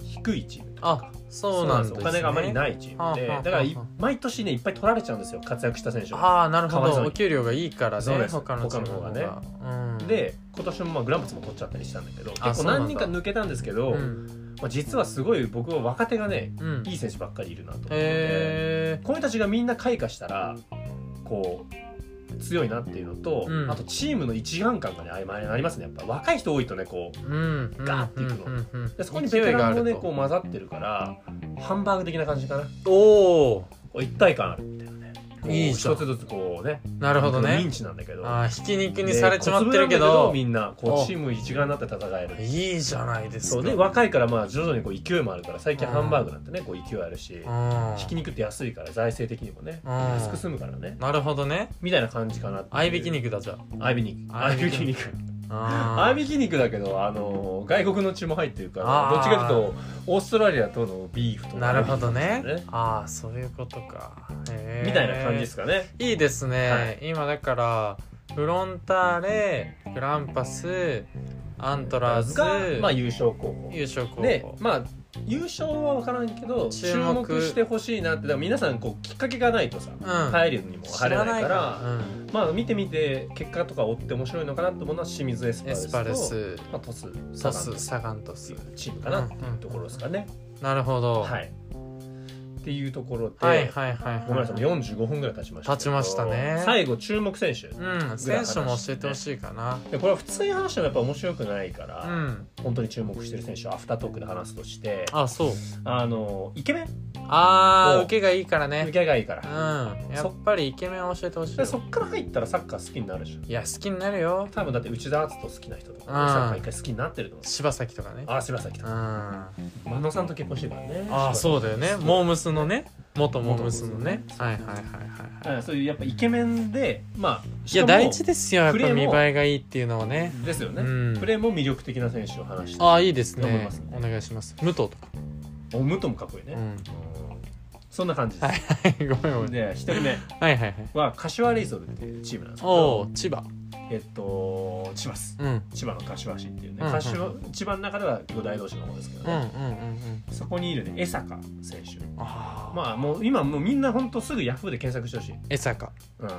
Speaker 2: 低いチームという
Speaker 1: あ
Speaker 2: か
Speaker 1: そうなんです、
Speaker 2: よ
Speaker 1: ね、
Speaker 2: お金があまり
Speaker 1: い
Speaker 2: ないチームで
Speaker 1: はあはあはあ
Speaker 2: だからい毎年ねいっぱい取られちゃうんですよ活躍した選手が
Speaker 1: ああなるほ
Speaker 2: かわい
Speaker 1: ど
Speaker 2: そうに
Speaker 1: お給料がいいから
Speaker 2: そう
Speaker 1: ね
Speaker 2: です
Speaker 1: 他のチームの方
Speaker 2: 他
Speaker 1: が
Speaker 2: の方
Speaker 1: うん、
Speaker 2: で今年もまあグランパスも取っちゃったりしたんだけど
Speaker 1: あ
Speaker 2: 結構何人か抜けたんですけど、
Speaker 1: うん
Speaker 2: まあ、実はすごい僕は若手がね
Speaker 1: うん
Speaker 2: いい選手ばっかりいるなと思って、
Speaker 1: へえ
Speaker 2: この人たちがみんな開花したらこう強いなっていうのと、
Speaker 1: うん
Speaker 2: あとチームの一丸感がねあありますねやっぱ若い人多いとねこう
Speaker 1: うん
Speaker 2: ガーっていくの
Speaker 1: うんうんうん
Speaker 2: でそこにベ
Speaker 1: 勢
Speaker 2: テランも
Speaker 1: い
Speaker 2: ね
Speaker 1: があると
Speaker 2: こう混ざってるからハンバーグ的な感じかな
Speaker 1: おお
Speaker 2: こう一体感あるみたいなねこう
Speaker 1: いいじゃん
Speaker 2: 一つずつこうね
Speaker 1: なるほど
Speaker 2: ミ
Speaker 1: ね
Speaker 2: ンチなんだけど
Speaker 1: あーひき肉に
Speaker 2: で
Speaker 1: されちまってるけ
Speaker 2: 小粒なんだ
Speaker 1: ど
Speaker 2: みんなこ
Speaker 1: お
Speaker 2: うチーム一丸になって戦える
Speaker 1: いいじゃないですか
Speaker 2: そうで若いからまあ徐々にこう勢いもあるから最近ハンバーグなんてねこう勢いあるし
Speaker 1: うん
Speaker 2: ひき肉って安いから財政的にもね
Speaker 1: うん
Speaker 2: 安く済むからね
Speaker 1: なるほどね
Speaker 2: みたいな感じかなっていう
Speaker 1: 合いびき肉だじゃ
Speaker 2: 合いびき肉合
Speaker 1: 合い
Speaker 2: いび
Speaker 1: び
Speaker 2: き
Speaker 1: き
Speaker 2: 肉
Speaker 1: あ
Speaker 2: 合いびき肉だけどあのー外国の血も入ってるから
Speaker 1: あー
Speaker 2: どっちかというとオーストラリアとのビーフと
Speaker 1: なるほどね
Speaker 2: 合いびき肉ですよ
Speaker 1: ああそういうことかへー
Speaker 2: みたいな感じですかね
Speaker 1: いいですね、
Speaker 2: は
Speaker 1: 今だからフロンターレグランパスアントラーズ
Speaker 2: がまあ優勝候補
Speaker 1: 優勝候補
Speaker 2: でまあ優勝は分からんけど注
Speaker 1: 注
Speaker 2: 目
Speaker 1: 目
Speaker 2: してほしいなってだから皆さんこうきっかけがないとさ、
Speaker 1: うん
Speaker 2: 入るにも入れないから
Speaker 1: うん
Speaker 2: まあ見てみて結果とか追って面白いのかなと思うのは清水エスパル
Speaker 1: エ
Speaker 2: ス
Speaker 1: ス
Speaker 2: と
Speaker 1: パルス
Speaker 2: まあ、トス
Speaker 1: ト
Speaker 2: サガン
Speaker 1: ス
Speaker 2: 鳥
Speaker 1: サガント
Speaker 2: って
Speaker 1: ス
Speaker 2: いうチームかなっていうところですかね、
Speaker 1: なるほど、
Speaker 2: はいっていうところで、
Speaker 1: はいはいはいはい
Speaker 2: ごめんなさいもう45分ぐらい経ちましたけど
Speaker 1: 経ちましたね
Speaker 2: 最後注目選手、
Speaker 1: うん選手も教えてほしいかな
Speaker 2: でこれは普通に話してもやっぱ面白くないか
Speaker 1: う
Speaker 2: ら、
Speaker 1: ん
Speaker 2: 本当に注目してる選手をアフタートークで話すとしてあ
Speaker 1: あそう
Speaker 2: のイケメン
Speaker 1: あ
Speaker 2: お
Speaker 1: ー受けがいいから
Speaker 2: 受
Speaker 1: ね
Speaker 2: けがいいか
Speaker 1: う
Speaker 2: ら、
Speaker 1: んやっぱりイケメンを教えてほしい
Speaker 2: で
Speaker 1: よ
Speaker 2: そっから入ったらサッカー好きになるでしょ
Speaker 1: いや好きになるよ
Speaker 2: 多分だって内田篤人好きな人とか、
Speaker 1: うん
Speaker 2: サッカー一回好きになってると思う
Speaker 1: 柴崎とかね
Speaker 2: ああ柴崎
Speaker 1: う
Speaker 2: と
Speaker 1: ん
Speaker 2: か
Speaker 1: あ
Speaker 2: 真野さんと結婚してるからね
Speaker 1: あそうだよねモームスのね元モームスのね
Speaker 2: 元
Speaker 1: はいはいはいはいはい
Speaker 2: うんそういうやっぱイケメンでまあ
Speaker 1: いや大事ですよやっ
Speaker 2: プレ
Speaker 1: ぱ
Speaker 2: ーも
Speaker 1: 見栄えがいいっていうのはね
Speaker 2: ですよね、
Speaker 1: うん
Speaker 2: プレーも魅力的な選手を話して
Speaker 1: ああいいです
Speaker 2: と思い
Speaker 1: ね
Speaker 2: ますね
Speaker 1: お願いします武藤とか
Speaker 2: おムトもかっこいいね、
Speaker 1: う
Speaker 2: うん
Speaker 1: ん
Speaker 2: そんな感じです、
Speaker 1: はいごめん ごめん
Speaker 2: で1人目
Speaker 1: はいはいはい
Speaker 2: は柏レイソルっていうチームなんですけ
Speaker 1: お
Speaker 2: ど
Speaker 1: お千葉
Speaker 2: えっと千葉です
Speaker 1: うんうん
Speaker 2: 千葉の柏市っていうね、
Speaker 1: うんうん
Speaker 2: 柏千葉の中では五大同士の方ですけど
Speaker 1: うんうんう
Speaker 2: ね、
Speaker 1: ん
Speaker 2: そこにいるね江坂選手
Speaker 1: ああまあ
Speaker 2: まあもう今もうみんなほんとすぐヤフーで検索してほしい
Speaker 1: 江坂
Speaker 2: うん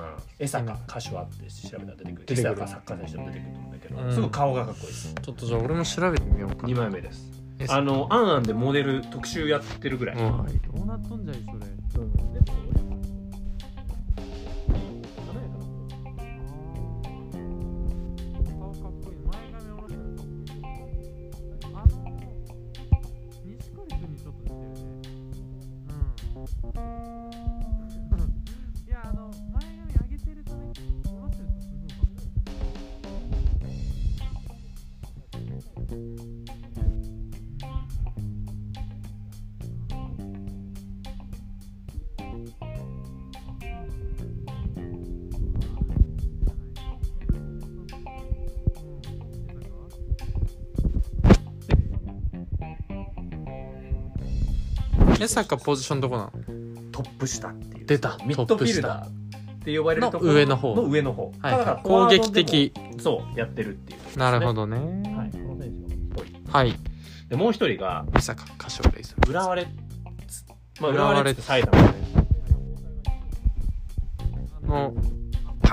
Speaker 2: 江坂柏って調べたら出てくる
Speaker 1: 出てくる
Speaker 2: 江坂サッカー選手でも出てくると思うんだけど、
Speaker 1: うん
Speaker 2: すぐ顔がかっこいいです
Speaker 1: ちょっとじゃあ俺も調べてみようか
Speaker 2: 2枚目です
Speaker 1: 江坂
Speaker 2: あの「あんあん」でモデル特集やってるぐらい、
Speaker 1: うん
Speaker 3: どうなっとんじゃいそれ
Speaker 4: でも俺も
Speaker 3: 華やかな
Speaker 1: 顔かっこいい前髪下ろしてるのかっこいいあの
Speaker 3: 西狩君にちょっと似てるね
Speaker 1: うんいやあの前髪上げてるとね下ろしてるとすごいかっこいい江坂ポジションどこなの
Speaker 2: トップ下っていう
Speaker 1: 出た
Speaker 2: ミッドフィルダーって呼ばれるところ
Speaker 1: の上の方
Speaker 2: の上の方
Speaker 1: はい
Speaker 2: だから
Speaker 1: はい
Speaker 2: フォ
Speaker 1: 攻
Speaker 2: ワードでも
Speaker 1: 撃的
Speaker 2: そうやってるっていう、
Speaker 1: なるほど
Speaker 2: ど、
Speaker 1: ね
Speaker 2: はい、この選手が一人
Speaker 1: はい
Speaker 2: でもう一人が
Speaker 1: 江坂柏レイソル
Speaker 2: 浦和レッズまあ浦
Speaker 1: 浦
Speaker 2: 和
Speaker 1: 和
Speaker 2: レ
Speaker 1: レ
Speaker 2: ッ
Speaker 1: ッ
Speaker 2: ズ
Speaker 1: ズ
Speaker 2: 埼玉ね
Speaker 1: の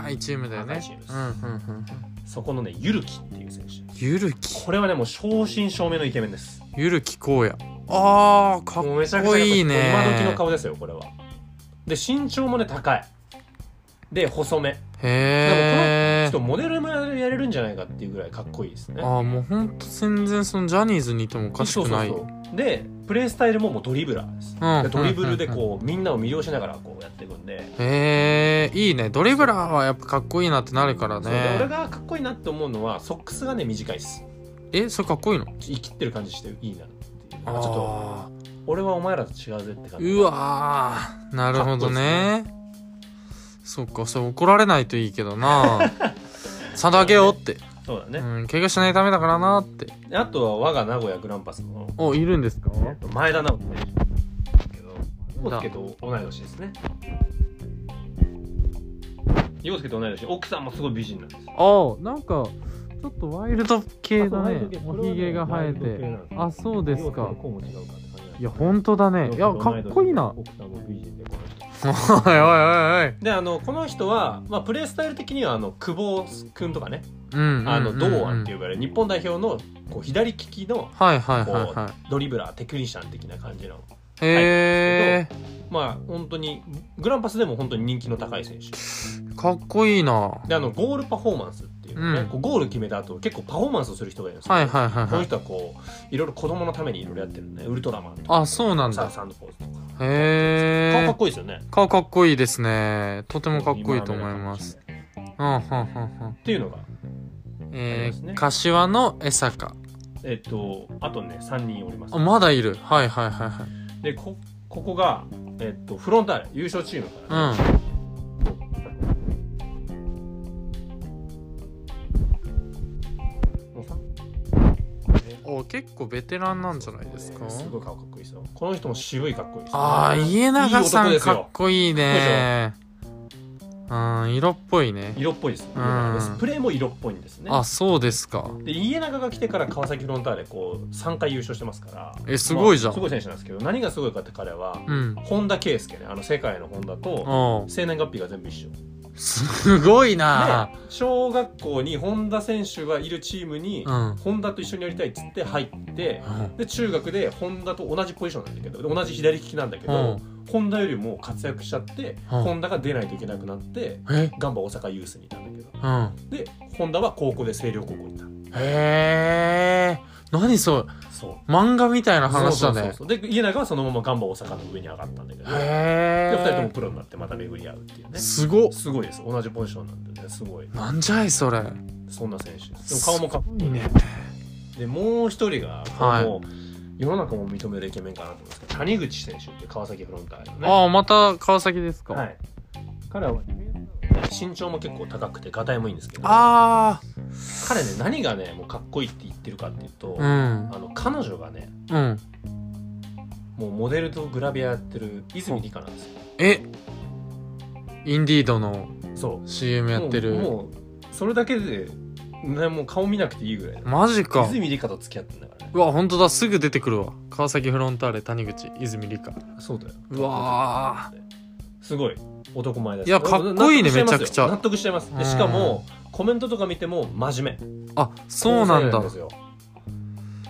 Speaker 1: はいチームだよ
Speaker 2: はい
Speaker 1: ね
Speaker 2: チームです
Speaker 1: うんうんうんうん
Speaker 2: そこのねゆるきっていう選手
Speaker 1: ゆるき
Speaker 2: これはねもう正真正銘のイケメンです
Speaker 1: ゆるきこうやあーかっ
Speaker 2: もうめちゃくち
Speaker 1: こ
Speaker 2: ゃ
Speaker 1: いいね
Speaker 2: やっぱ今時の顔ですよこれはで身長もね高いで細め
Speaker 1: へ
Speaker 2: ちょっと
Speaker 1: え
Speaker 2: モデルもやれるんじゃないかっていうぐらいかっこいいですね
Speaker 1: ああもうほんと全然そのジャニーズにいてもおかしくない
Speaker 2: そうそうそうでプレースタイルももうドリブラーです、
Speaker 1: うん
Speaker 2: でドリブルでこうみんなを魅了しながらこうやっていくんで,、
Speaker 1: へえいいねドリブラーはやっぱかっこいいなってなるから
Speaker 2: そうで俺
Speaker 1: ね
Speaker 2: がかっこいいなって思うのはソックスがね短いです
Speaker 1: えそれかっこいいの
Speaker 2: 生きってる感じしていいなっていうまあちょっと
Speaker 1: あ
Speaker 2: 俺はお前らと違うぜって感
Speaker 1: ー
Speaker 2: じ
Speaker 1: うわーなるほどねそっかそれ怒られないといいけど なちゃんとあげようって
Speaker 2: そうだ
Speaker 1: う
Speaker 2: ね、
Speaker 1: ん怪我しないためだからなって
Speaker 2: であとは我が名古屋グランパスの
Speaker 1: おいるんですか
Speaker 2: えっと前田直樹選手陽介と同い年ですね陽介と同い年奥さんもすごい美人なんです
Speaker 1: あなんかちょっとワイルド系だ
Speaker 2: あそうワイ
Speaker 1: ね
Speaker 2: ルド系
Speaker 1: おひげが生え
Speaker 2: これはねワイルド系な
Speaker 1: て
Speaker 2: んですよ
Speaker 1: あそうです
Speaker 2: 陽介
Speaker 1: か
Speaker 2: の子も違うかって感じなんです
Speaker 1: いや本当だねいやかっこいいなおい
Speaker 2: 奥さんも美人でこの人
Speaker 1: おいおいおい
Speaker 2: であのこの人は、まあ、プレースタイル的にはあの久保君とかね、
Speaker 1: うん
Speaker 2: あの堂安って
Speaker 1: いうん
Speaker 2: 呼ばれる日本代表のこう左利きの
Speaker 1: はいはいはい
Speaker 2: こ
Speaker 1: は
Speaker 2: うドリブラーテクニシャン的な感じの
Speaker 1: へえ、
Speaker 2: まあ本当にグランパスでも本当に人気の高い選手
Speaker 1: かっこいいなは
Speaker 2: であのゴールパフォーマンスっていうのね、
Speaker 1: うん
Speaker 2: こうゴール決めた後結構パフォーマンスをする人がいるんです
Speaker 1: い
Speaker 2: よ、
Speaker 1: はいはい
Speaker 2: この
Speaker 1: はい
Speaker 2: 人はこういろいろ子供のためにいろいろやってるねウルトラマンとか
Speaker 1: あそうなん
Speaker 2: サ
Speaker 1: だ
Speaker 2: ーサンドポーズとか
Speaker 1: へ
Speaker 2: 顔か
Speaker 1: え
Speaker 2: っこいいですよね
Speaker 1: 顔かっこいいですねとてもかっこいいと思います
Speaker 2: っ
Speaker 1: うんうんうんうん
Speaker 2: ていうのがあり
Speaker 1: え
Speaker 2: ます
Speaker 1: ー
Speaker 2: ね
Speaker 1: 柏の江坂
Speaker 2: えっとあとね3人おります
Speaker 1: あまだいるはいはいはいはい
Speaker 2: でこここが、えっと、フロンターレ優勝チームから、
Speaker 1: うん
Speaker 2: もうさ
Speaker 1: お結構ベテランなんじゃないですか
Speaker 2: すごい顔かっこいいですよこの人も渋いかっこいいですよ
Speaker 1: ああ家長さん
Speaker 2: いい男です
Speaker 1: かっ
Speaker 2: よ
Speaker 1: こいいねうん色っぽいね
Speaker 2: 色っぽいです
Speaker 1: うん
Speaker 2: プレーも色っぽいんですね
Speaker 1: あそうですか
Speaker 2: で家長が来てから川崎フロンターレこう3回優勝してますから
Speaker 1: えすごいじゃん
Speaker 2: まあすごい選手なんですけど何がすごいかって彼は
Speaker 1: うん
Speaker 2: 本田圭佑ねあの世界の本田と
Speaker 1: おう
Speaker 2: 生年月日が全部一緒
Speaker 1: すごいな
Speaker 2: で小学校に本田選手がいるチームに
Speaker 1: うん
Speaker 2: 本田と一緒にやりたいっつって入って
Speaker 1: うん
Speaker 2: で中学で本田と同じポジションなんだけどで同じ左利きなんだけ
Speaker 1: う
Speaker 2: ど本田よりも活躍しちゃって
Speaker 1: うん
Speaker 2: 本田が出ないといけなくなって
Speaker 1: え
Speaker 2: ガンバ大阪ユースにいたんだけど
Speaker 1: うん
Speaker 2: で本田は高校で星稜高校にいた
Speaker 1: へえ何そう
Speaker 2: そう
Speaker 1: 漫画みたいな話だ
Speaker 2: そう
Speaker 1: ね
Speaker 2: そうそうで家長はそのままガンバ大阪の上に上がったんだけどで2人とも
Speaker 1: へ
Speaker 2: プロになってまた巡り合うっていう
Speaker 1: え
Speaker 2: ね
Speaker 1: すごっ
Speaker 2: すごいです同じポジションなんでねすごい
Speaker 1: なんじゃいそれ
Speaker 2: そんな選手ですでも顔もかっこいい
Speaker 1: いいね
Speaker 2: でもう一人が、
Speaker 1: はい
Speaker 2: もう世の中も認めるイケメンかなと思うんですけど谷口選手って川崎フロンターレのね
Speaker 1: ああまた川崎ですか
Speaker 2: はい、彼はディフェンスなので身長も結構高くてガタイもいいんですけど
Speaker 1: あ
Speaker 2: 彼ね何がねもうかっこいいって言ってるかっていうと、
Speaker 1: あうん
Speaker 2: あの彼女がね
Speaker 1: うん
Speaker 2: もうモデルとグラビアやってる泉理香なんですよ
Speaker 1: えインディードの
Speaker 2: そう
Speaker 1: CM やって
Speaker 2: もう
Speaker 1: る
Speaker 2: もうそれだけで、ね、もう顔見なくていいぐらい
Speaker 1: マジか
Speaker 2: 泉理香と付き合ってんだからね
Speaker 1: うわ本当だすぐ出てくるわ川崎フロンターレ谷口泉理香
Speaker 2: そうだよ
Speaker 1: うわ
Speaker 2: すごい男前です
Speaker 1: いやかっこいいね
Speaker 2: 納得しますよ
Speaker 1: めちゃくちゃ
Speaker 2: 納得しちゃいますでしかもコメントとか見ても真面目
Speaker 1: あそうなんだ
Speaker 2: ですよ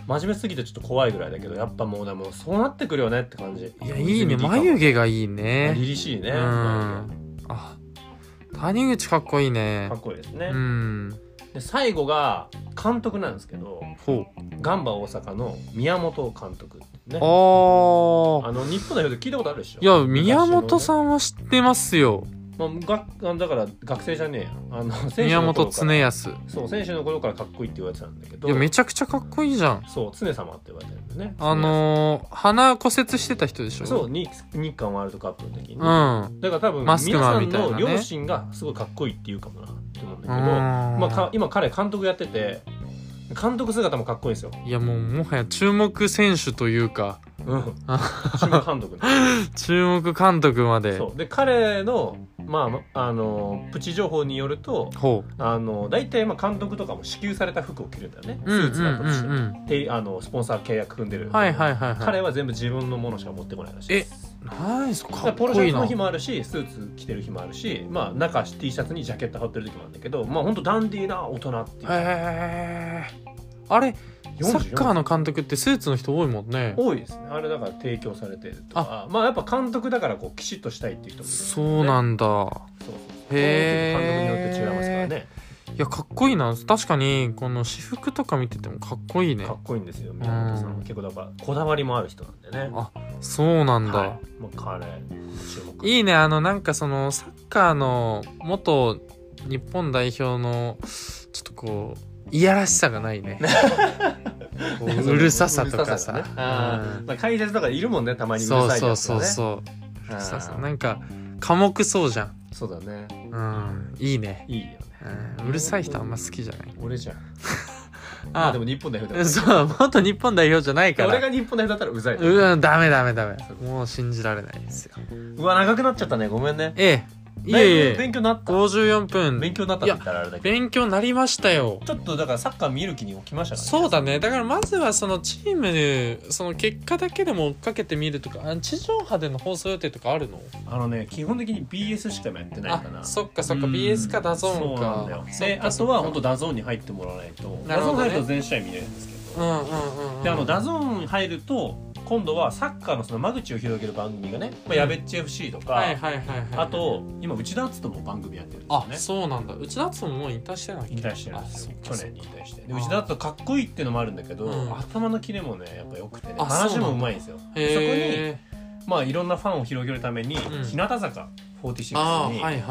Speaker 2: 真面目すぎてちょっと怖いぐらいだけどやっぱもうでもそうなってくるよねって感じ
Speaker 1: いやいいね眉
Speaker 2: 毛
Speaker 1: 毛がいいね
Speaker 2: 凛々しいね
Speaker 1: う
Speaker 2: 眉
Speaker 1: んあ谷口かっこいい
Speaker 2: 毛
Speaker 1: ね
Speaker 2: かっこいいですね
Speaker 1: うん
Speaker 2: で最後が監督なんですけど
Speaker 1: ほ
Speaker 2: ガンバ大阪の宮本監督ね
Speaker 1: うああ
Speaker 2: あの日本代表で聞いたことあるでしょ
Speaker 1: いや宮本
Speaker 2: ん、
Speaker 1: さんは知ってますよ
Speaker 2: まあが、だから学生じゃねえやあの選手の頃か
Speaker 1: 宮
Speaker 2: ら
Speaker 1: 本常康
Speaker 2: そう選手の頃からかっこいいって言われてたんだけど
Speaker 1: いやめちゃくちゃかっこいいじゃん
Speaker 2: そう常様って言われてるんだよね
Speaker 1: あのー鼻骨折してた人でしょ
Speaker 2: そうに日韓ワールドカップの時に、
Speaker 1: うんうん
Speaker 2: だから多分
Speaker 1: マスク
Speaker 2: 皆
Speaker 1: マ
Speaker 2: さ
Speaker 1: ンみ
Speaker 2: ん
Speaker 1: たいなね
Speaker 2: の両親がすごいかっこいいって言うかもなって思うんだけど、まあ、か
Speaker 1: ま
Speaker 2: 今彼監督やってて監督姿もかっこいいんですよ、
Speaker 1: いやもうもはや注目選手というか
Speaker 2: うん、チー ム監督
Speaker 1: 注目監督まで
Speaker 2: そうで彼のまああのプチ情報によると
Speaker 1: ほ
Speaker 2: あの大体まあ監督とかも支給された服を着るんだよね、
Speaker 1: ううん
Speaker 2: スーツだとして、
Speaker 1: うんうん
Speaker 2: てあのスポンサー契約組んで
Speaker 1: う
Speaker 2: る、
Speaker 1: んはいはいはいはい
Speaker 2: 彼は全部自分のものしか持ってこないらしいです
Speaker 1: ナイス
Speaker 2: だ
Speaker 1: か
Speaker 2: から
Speaker 1: っ
Speaker 2: ポロ
Speaker 1: こ
Speaker 2: シ
Speaker 1: いい
Speaker 2: ャツ
Speaker 1: な
Speaker 2: の日もあるしスーツ着てる日もあるしまあ中 T シャツにジャケット羽織ってる時もあるんだけどまあ本当ダンディーな大人っていう、
Speaker 1: へえあれ
Speaker 2: 44
Speaker 1: サッカーの監督ってスーツの人多いもんね
Speaker 2: 多いですねあれだから提供されてるとかまあやっぱ監督だからこうきちっとしたいっていう人もいる
Speaker 1: そうなんだ
Speaker 2: そうそう
Speaker 1: へー
Speaker 2: 監督によって違いますからね
Speaker 1: いやかっこいいな確かにこの私服とか見ててもかっこいいね
Speaker 2: かっこいいんですよ宮本さんは結構だからこだわりもある人なんでね
Speaker 1: あそうなんだ、
Speaker 2: はいまあ、彼注目
Speaker 1: いいねあのなんかそのサッカーの元日本代表のちょっとこういやらしさがないねこううるささとかさ
Speaker 2: うるねあ
Speaker 1: う
Speaker 2: ー
Speaker 1: ん
Speaker 2: まあ解説とかいるもんねたまにうる
Speaker 1: そう
Speaker 2: さい
Speaker 1: そう
Speaker 2: やつ
Speaker 1: そ
Speaker 2: が
Speaker 1: う
Speaker 2: ね
Speaker 1: そううるささ
Speaker 2: あー
Speaker 1: なんか寡黙そうじゃん
Speaker 2: そうだね
Speaker 1: うんいいね、
Speaker 2: いいよね
Speaker 1: うん、うるさい人あんま好きじゃない
Speaker 2: 俺じゃんま
Speaker 1: あ
Speaker 2: あでも日本代表だ
Speaker 1: うんそう元日本代表じゃないか
Speaker 2: 俺
Speaker 1: ら
Speaker 2: が日本代表だったらうざいな
Speaker 1: うわダメダメダメもう信じられないですよ
Speaker 2: うわ長くなっちゃったねごめんね
Speaker 1: ええいえ
Speaker 2: だい
Speaker 1: い
Speaker 2: ぶ
Speaker 1: え
Speaker 2: 勉強になった
Speaker 1: 54分
Speaker 2: 勉強になったって言ったらあれだけど
Speaker 1: 勉強になりましたよ
Speaker 2: ちょっとだからサッカー見る気に起きましたからね
Speaker 1: そうだねだからまずはそのチームその結果だけでも追っかけてみるとかあ地上波での放送予定とかあるの
Speaker 2: あのね基本的に BS しか今やってないかな
Speaker 1: あそっかそっか
Speaker 2: うん
Speaker 1: BS かダゾーン
Speaker 2: そうなんだ
Speaker 1: か
Speaker 2: よであとは本当ダゾーンに入ってもらわないと
Speaker 1: なる
Speaker 2: ダ
Speaker 1: ほ
Speaker 2: ゾ
Speaker 1: ど
Speaker 2: ーン
Speaker 1: ね
Speaker 2: 入ると全試合見れるんですけど
Speaker 1: うんうんうんうん
Speaker 2: であのダゾーン入ると今度はサッカーのその間口を広げる番組がね、まあ、やべっち FC とか、
Speaker 1: はいはいはいはい
Speaker 2: あと今内田篤人も番組やってるん
Speaker 1: あ
Speaker 2: ですよね
Speaker 1: そうなんだうちだともう引退してない
Speaker 2: 引退してるん
Speaker 1: あ
Speaker 2: です
Speaker 1: そ
Speaker 2: よ
Speaker 1: っか
Speaker 2: 去
Speaker 1: そっ
Speaker 2: 年に引退してで
Speaker 1: あー
Speaker 2: 内田篤人かっこいいっていうのもあるんだけど、
Speaker 1: うん
Speaker 2: 頭のキレもねやっぱ良くてね
Speaker 1: あそうなんだ
Speaker 2: 話もうまいんですよ
Speaker 1: か
Speaker 2: でそこに、
Speaker 1: へえ
Speaker 2: まあ、いろんなファンを広げるために、
Speaker 1: ん
Speaker 2: 日向坂
Speaker 1: あ
Speaker 2: 46に
Speaker 1: ー
Speaker 2: あ、
Speaker 1: はいはいはい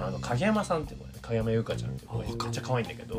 Speaker 1: はい
Speaker 2: の影山さんっていう子がね影山優香ちゃんっていう子がいて
Speaker 1: あわかんない
Speaker 2: めっちゃ可愛いんだけど、
Speaker 1: へ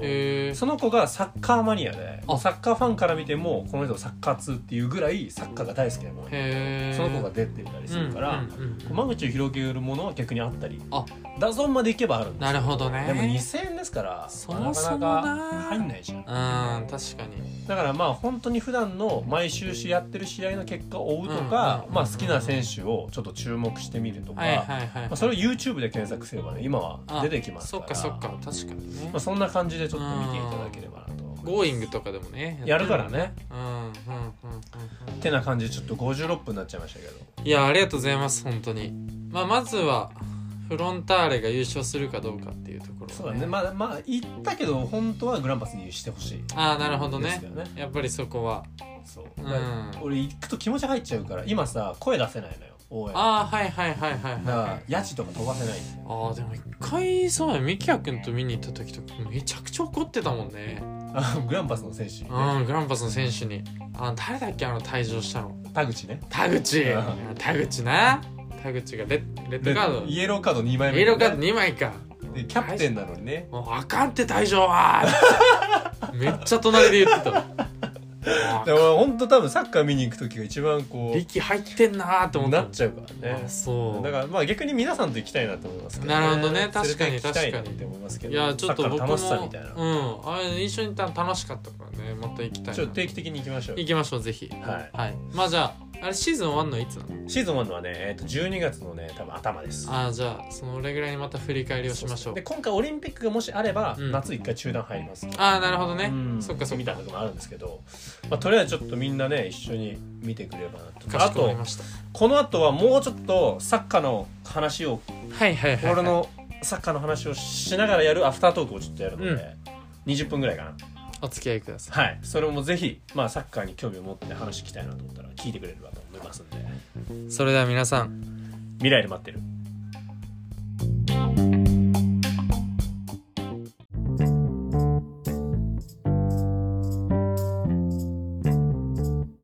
Speaker 1: え
Speaker 2: その子がサッカーマニアで
Speaker 1: あ
Speaker 2: サッカーファンから見てもこの人をサッカー通っていうぐらいサッカーが大好きなもん
Speaker 1: へえ
Speaker 2: その子が出てたりするから、
Speaker 1: うんうんうん
Speaker 2: 間口を広げるものは逆にあったり
Speaker 1: あ
Speaker 2: ダゾンまで行けばあるんです
Speaker 1: な
Speaker 2: よ
Speaker 1: るほどね
Speaker 2: でも2000円ですから
Speaker 1: そもそも
Speaker 2: な
Speaker 1: な
Speaker 2: かなか入んないじゃん
Speaker 1: うん確かに
Speaker 2: だからまあ本当に普段の毎週試合やってる試合の結果を追うと
Speaker 1: うんうん
Speaker 2: か
Speaker 1: うんうん
Speaker 2: まあ好きな選手をちょっと注目してみるとか、
Speaker 1: はいはいはい
Speaker 2: まあ、それを YouTube で検索すればね今は出てきます
Speaker 1: そ
Speaker 2: か
Speaker 1: っ
Speaker 2: ら
Speaker 1: かそっか確かにね
Speaker 2: まあ、そんな感じでちょっと見ていただければなと思います
Speaker 1: Going とかでもね
Speaker 2: やるからね
Speaker 1: うんうんうんうんうん
Speaker 2: ってな感じでちょっと56分になっちゃいましたけど
Speaker 1: いやありがとうございます本当にまあまずはフロンターレが優勝するかどうかっていうところ、
Speaker 2: そうだねまあまあ言ったけど本当はグランパスにしてほしい
Speaker 1: ああなるほど
Speaker 2: です
Speaker 1: ね
Speaker 2: けどね
Speaker 1: やっぱりそこは
Speaker 2: そう、
Speaker 1: うん
Speaker 2: だから俺行くと気持ち入っちゃうから今さ声出せないのよ応援だか
Speaker 1: ああはいはいはいはいはい
Speaker 2: ら家賃とか飛ばせないんだよ
Speaker 1: ああでも一回そうやミキヤ君と見に行った時とかめちゃくちゃ怒ってたもんね
Speaker 2: あグランパスの選手にね
Speaker 1: うんグランパスの選手にあ誰だっけあの退場したの
Speaker 2: 田口ね
Speaker 1: 田口
Speaker 2: うん
Speaker 1: 田口な田口がレッレッドカード
Speaker 2: イエローカード2枚目
Speaker 1: イエローカード2枚か
Speaker 2: でキャプテンなのにね
Speaker 1: もうあかんって退場はめっちゃ隣で言ってたもう
Speaker 2: でも本当多分サッカー見に行く時が一番こう
Speaker 1: 力入ってんなーって思った
Speaker 2: なっちゃうからね
Speaker 1: あそう
Speaker 2: だからまあ逆に皆さんと行きたいなと思いますけど、
Speaker 1: なるほどね確かに
Speaker 2: 連れて行きたいな
Speaker 1: 確
Speaker 2: っ
Speaker 1: かに
Speaker 2: て思いますけど
Speaker 1: いやちょっと
Speaker 2: サッ
Speaker 1: 僕
Speaker 2: カー
Speaker 1: も
Speaker 2: の楽しさみたい
Speaker 1: う
Speaker 2: な、
Speaker 1: んあれ一緒にいたの楽しかったからねまた行きたいな
Speaker 2: ちょっと定期的に行きましょう
Speaker 1: 行きましょうぜひ
Speaker 2: はい
Speaker 1: はいまあじゃああれシーズン終わんのいつなの
Speaker 2: シーズン1のはね、えー、と12月のね多分頭です
Speaker 1: ああじゃあそのぐらいにまた振り返りをしましょう
Speaker 2: で今回オリンピックがもしあれば、
Speaker 1: うん
Speaker 2: 夏一回中断入ります
Speaker 1: ああなるほどね
Speaker 2: うん
Speaker 1: そっかそっ
Speaker 2: み
Speaker 1: か
Speaker 2: たいなとこもあるんですけど、まあ、とりあえずちょっとみんなね一緒に見てくれればなと
Speaker 1: か
Speaker 2: あ
Speaker 1: しこま
Speaker 2: と
Speaker 1: りました
Speaker 2: この後はもうちょっとサッカーの話を
Speaker 1: はいはいはいはい
Speaker 2: 俺のサッカーの話をしながらやるアフタートークをちょっとやるので、20分ぐらいかな
Speaker 1: お付き合いください
Speaker 2: はいそれもぜひ、まあ、サッカーに興味を持って話聞きたいなと思ったら聞いてくれればと思いますんで
Speaker 1: それでは皆さん
Speaker 2: 未来で待ってる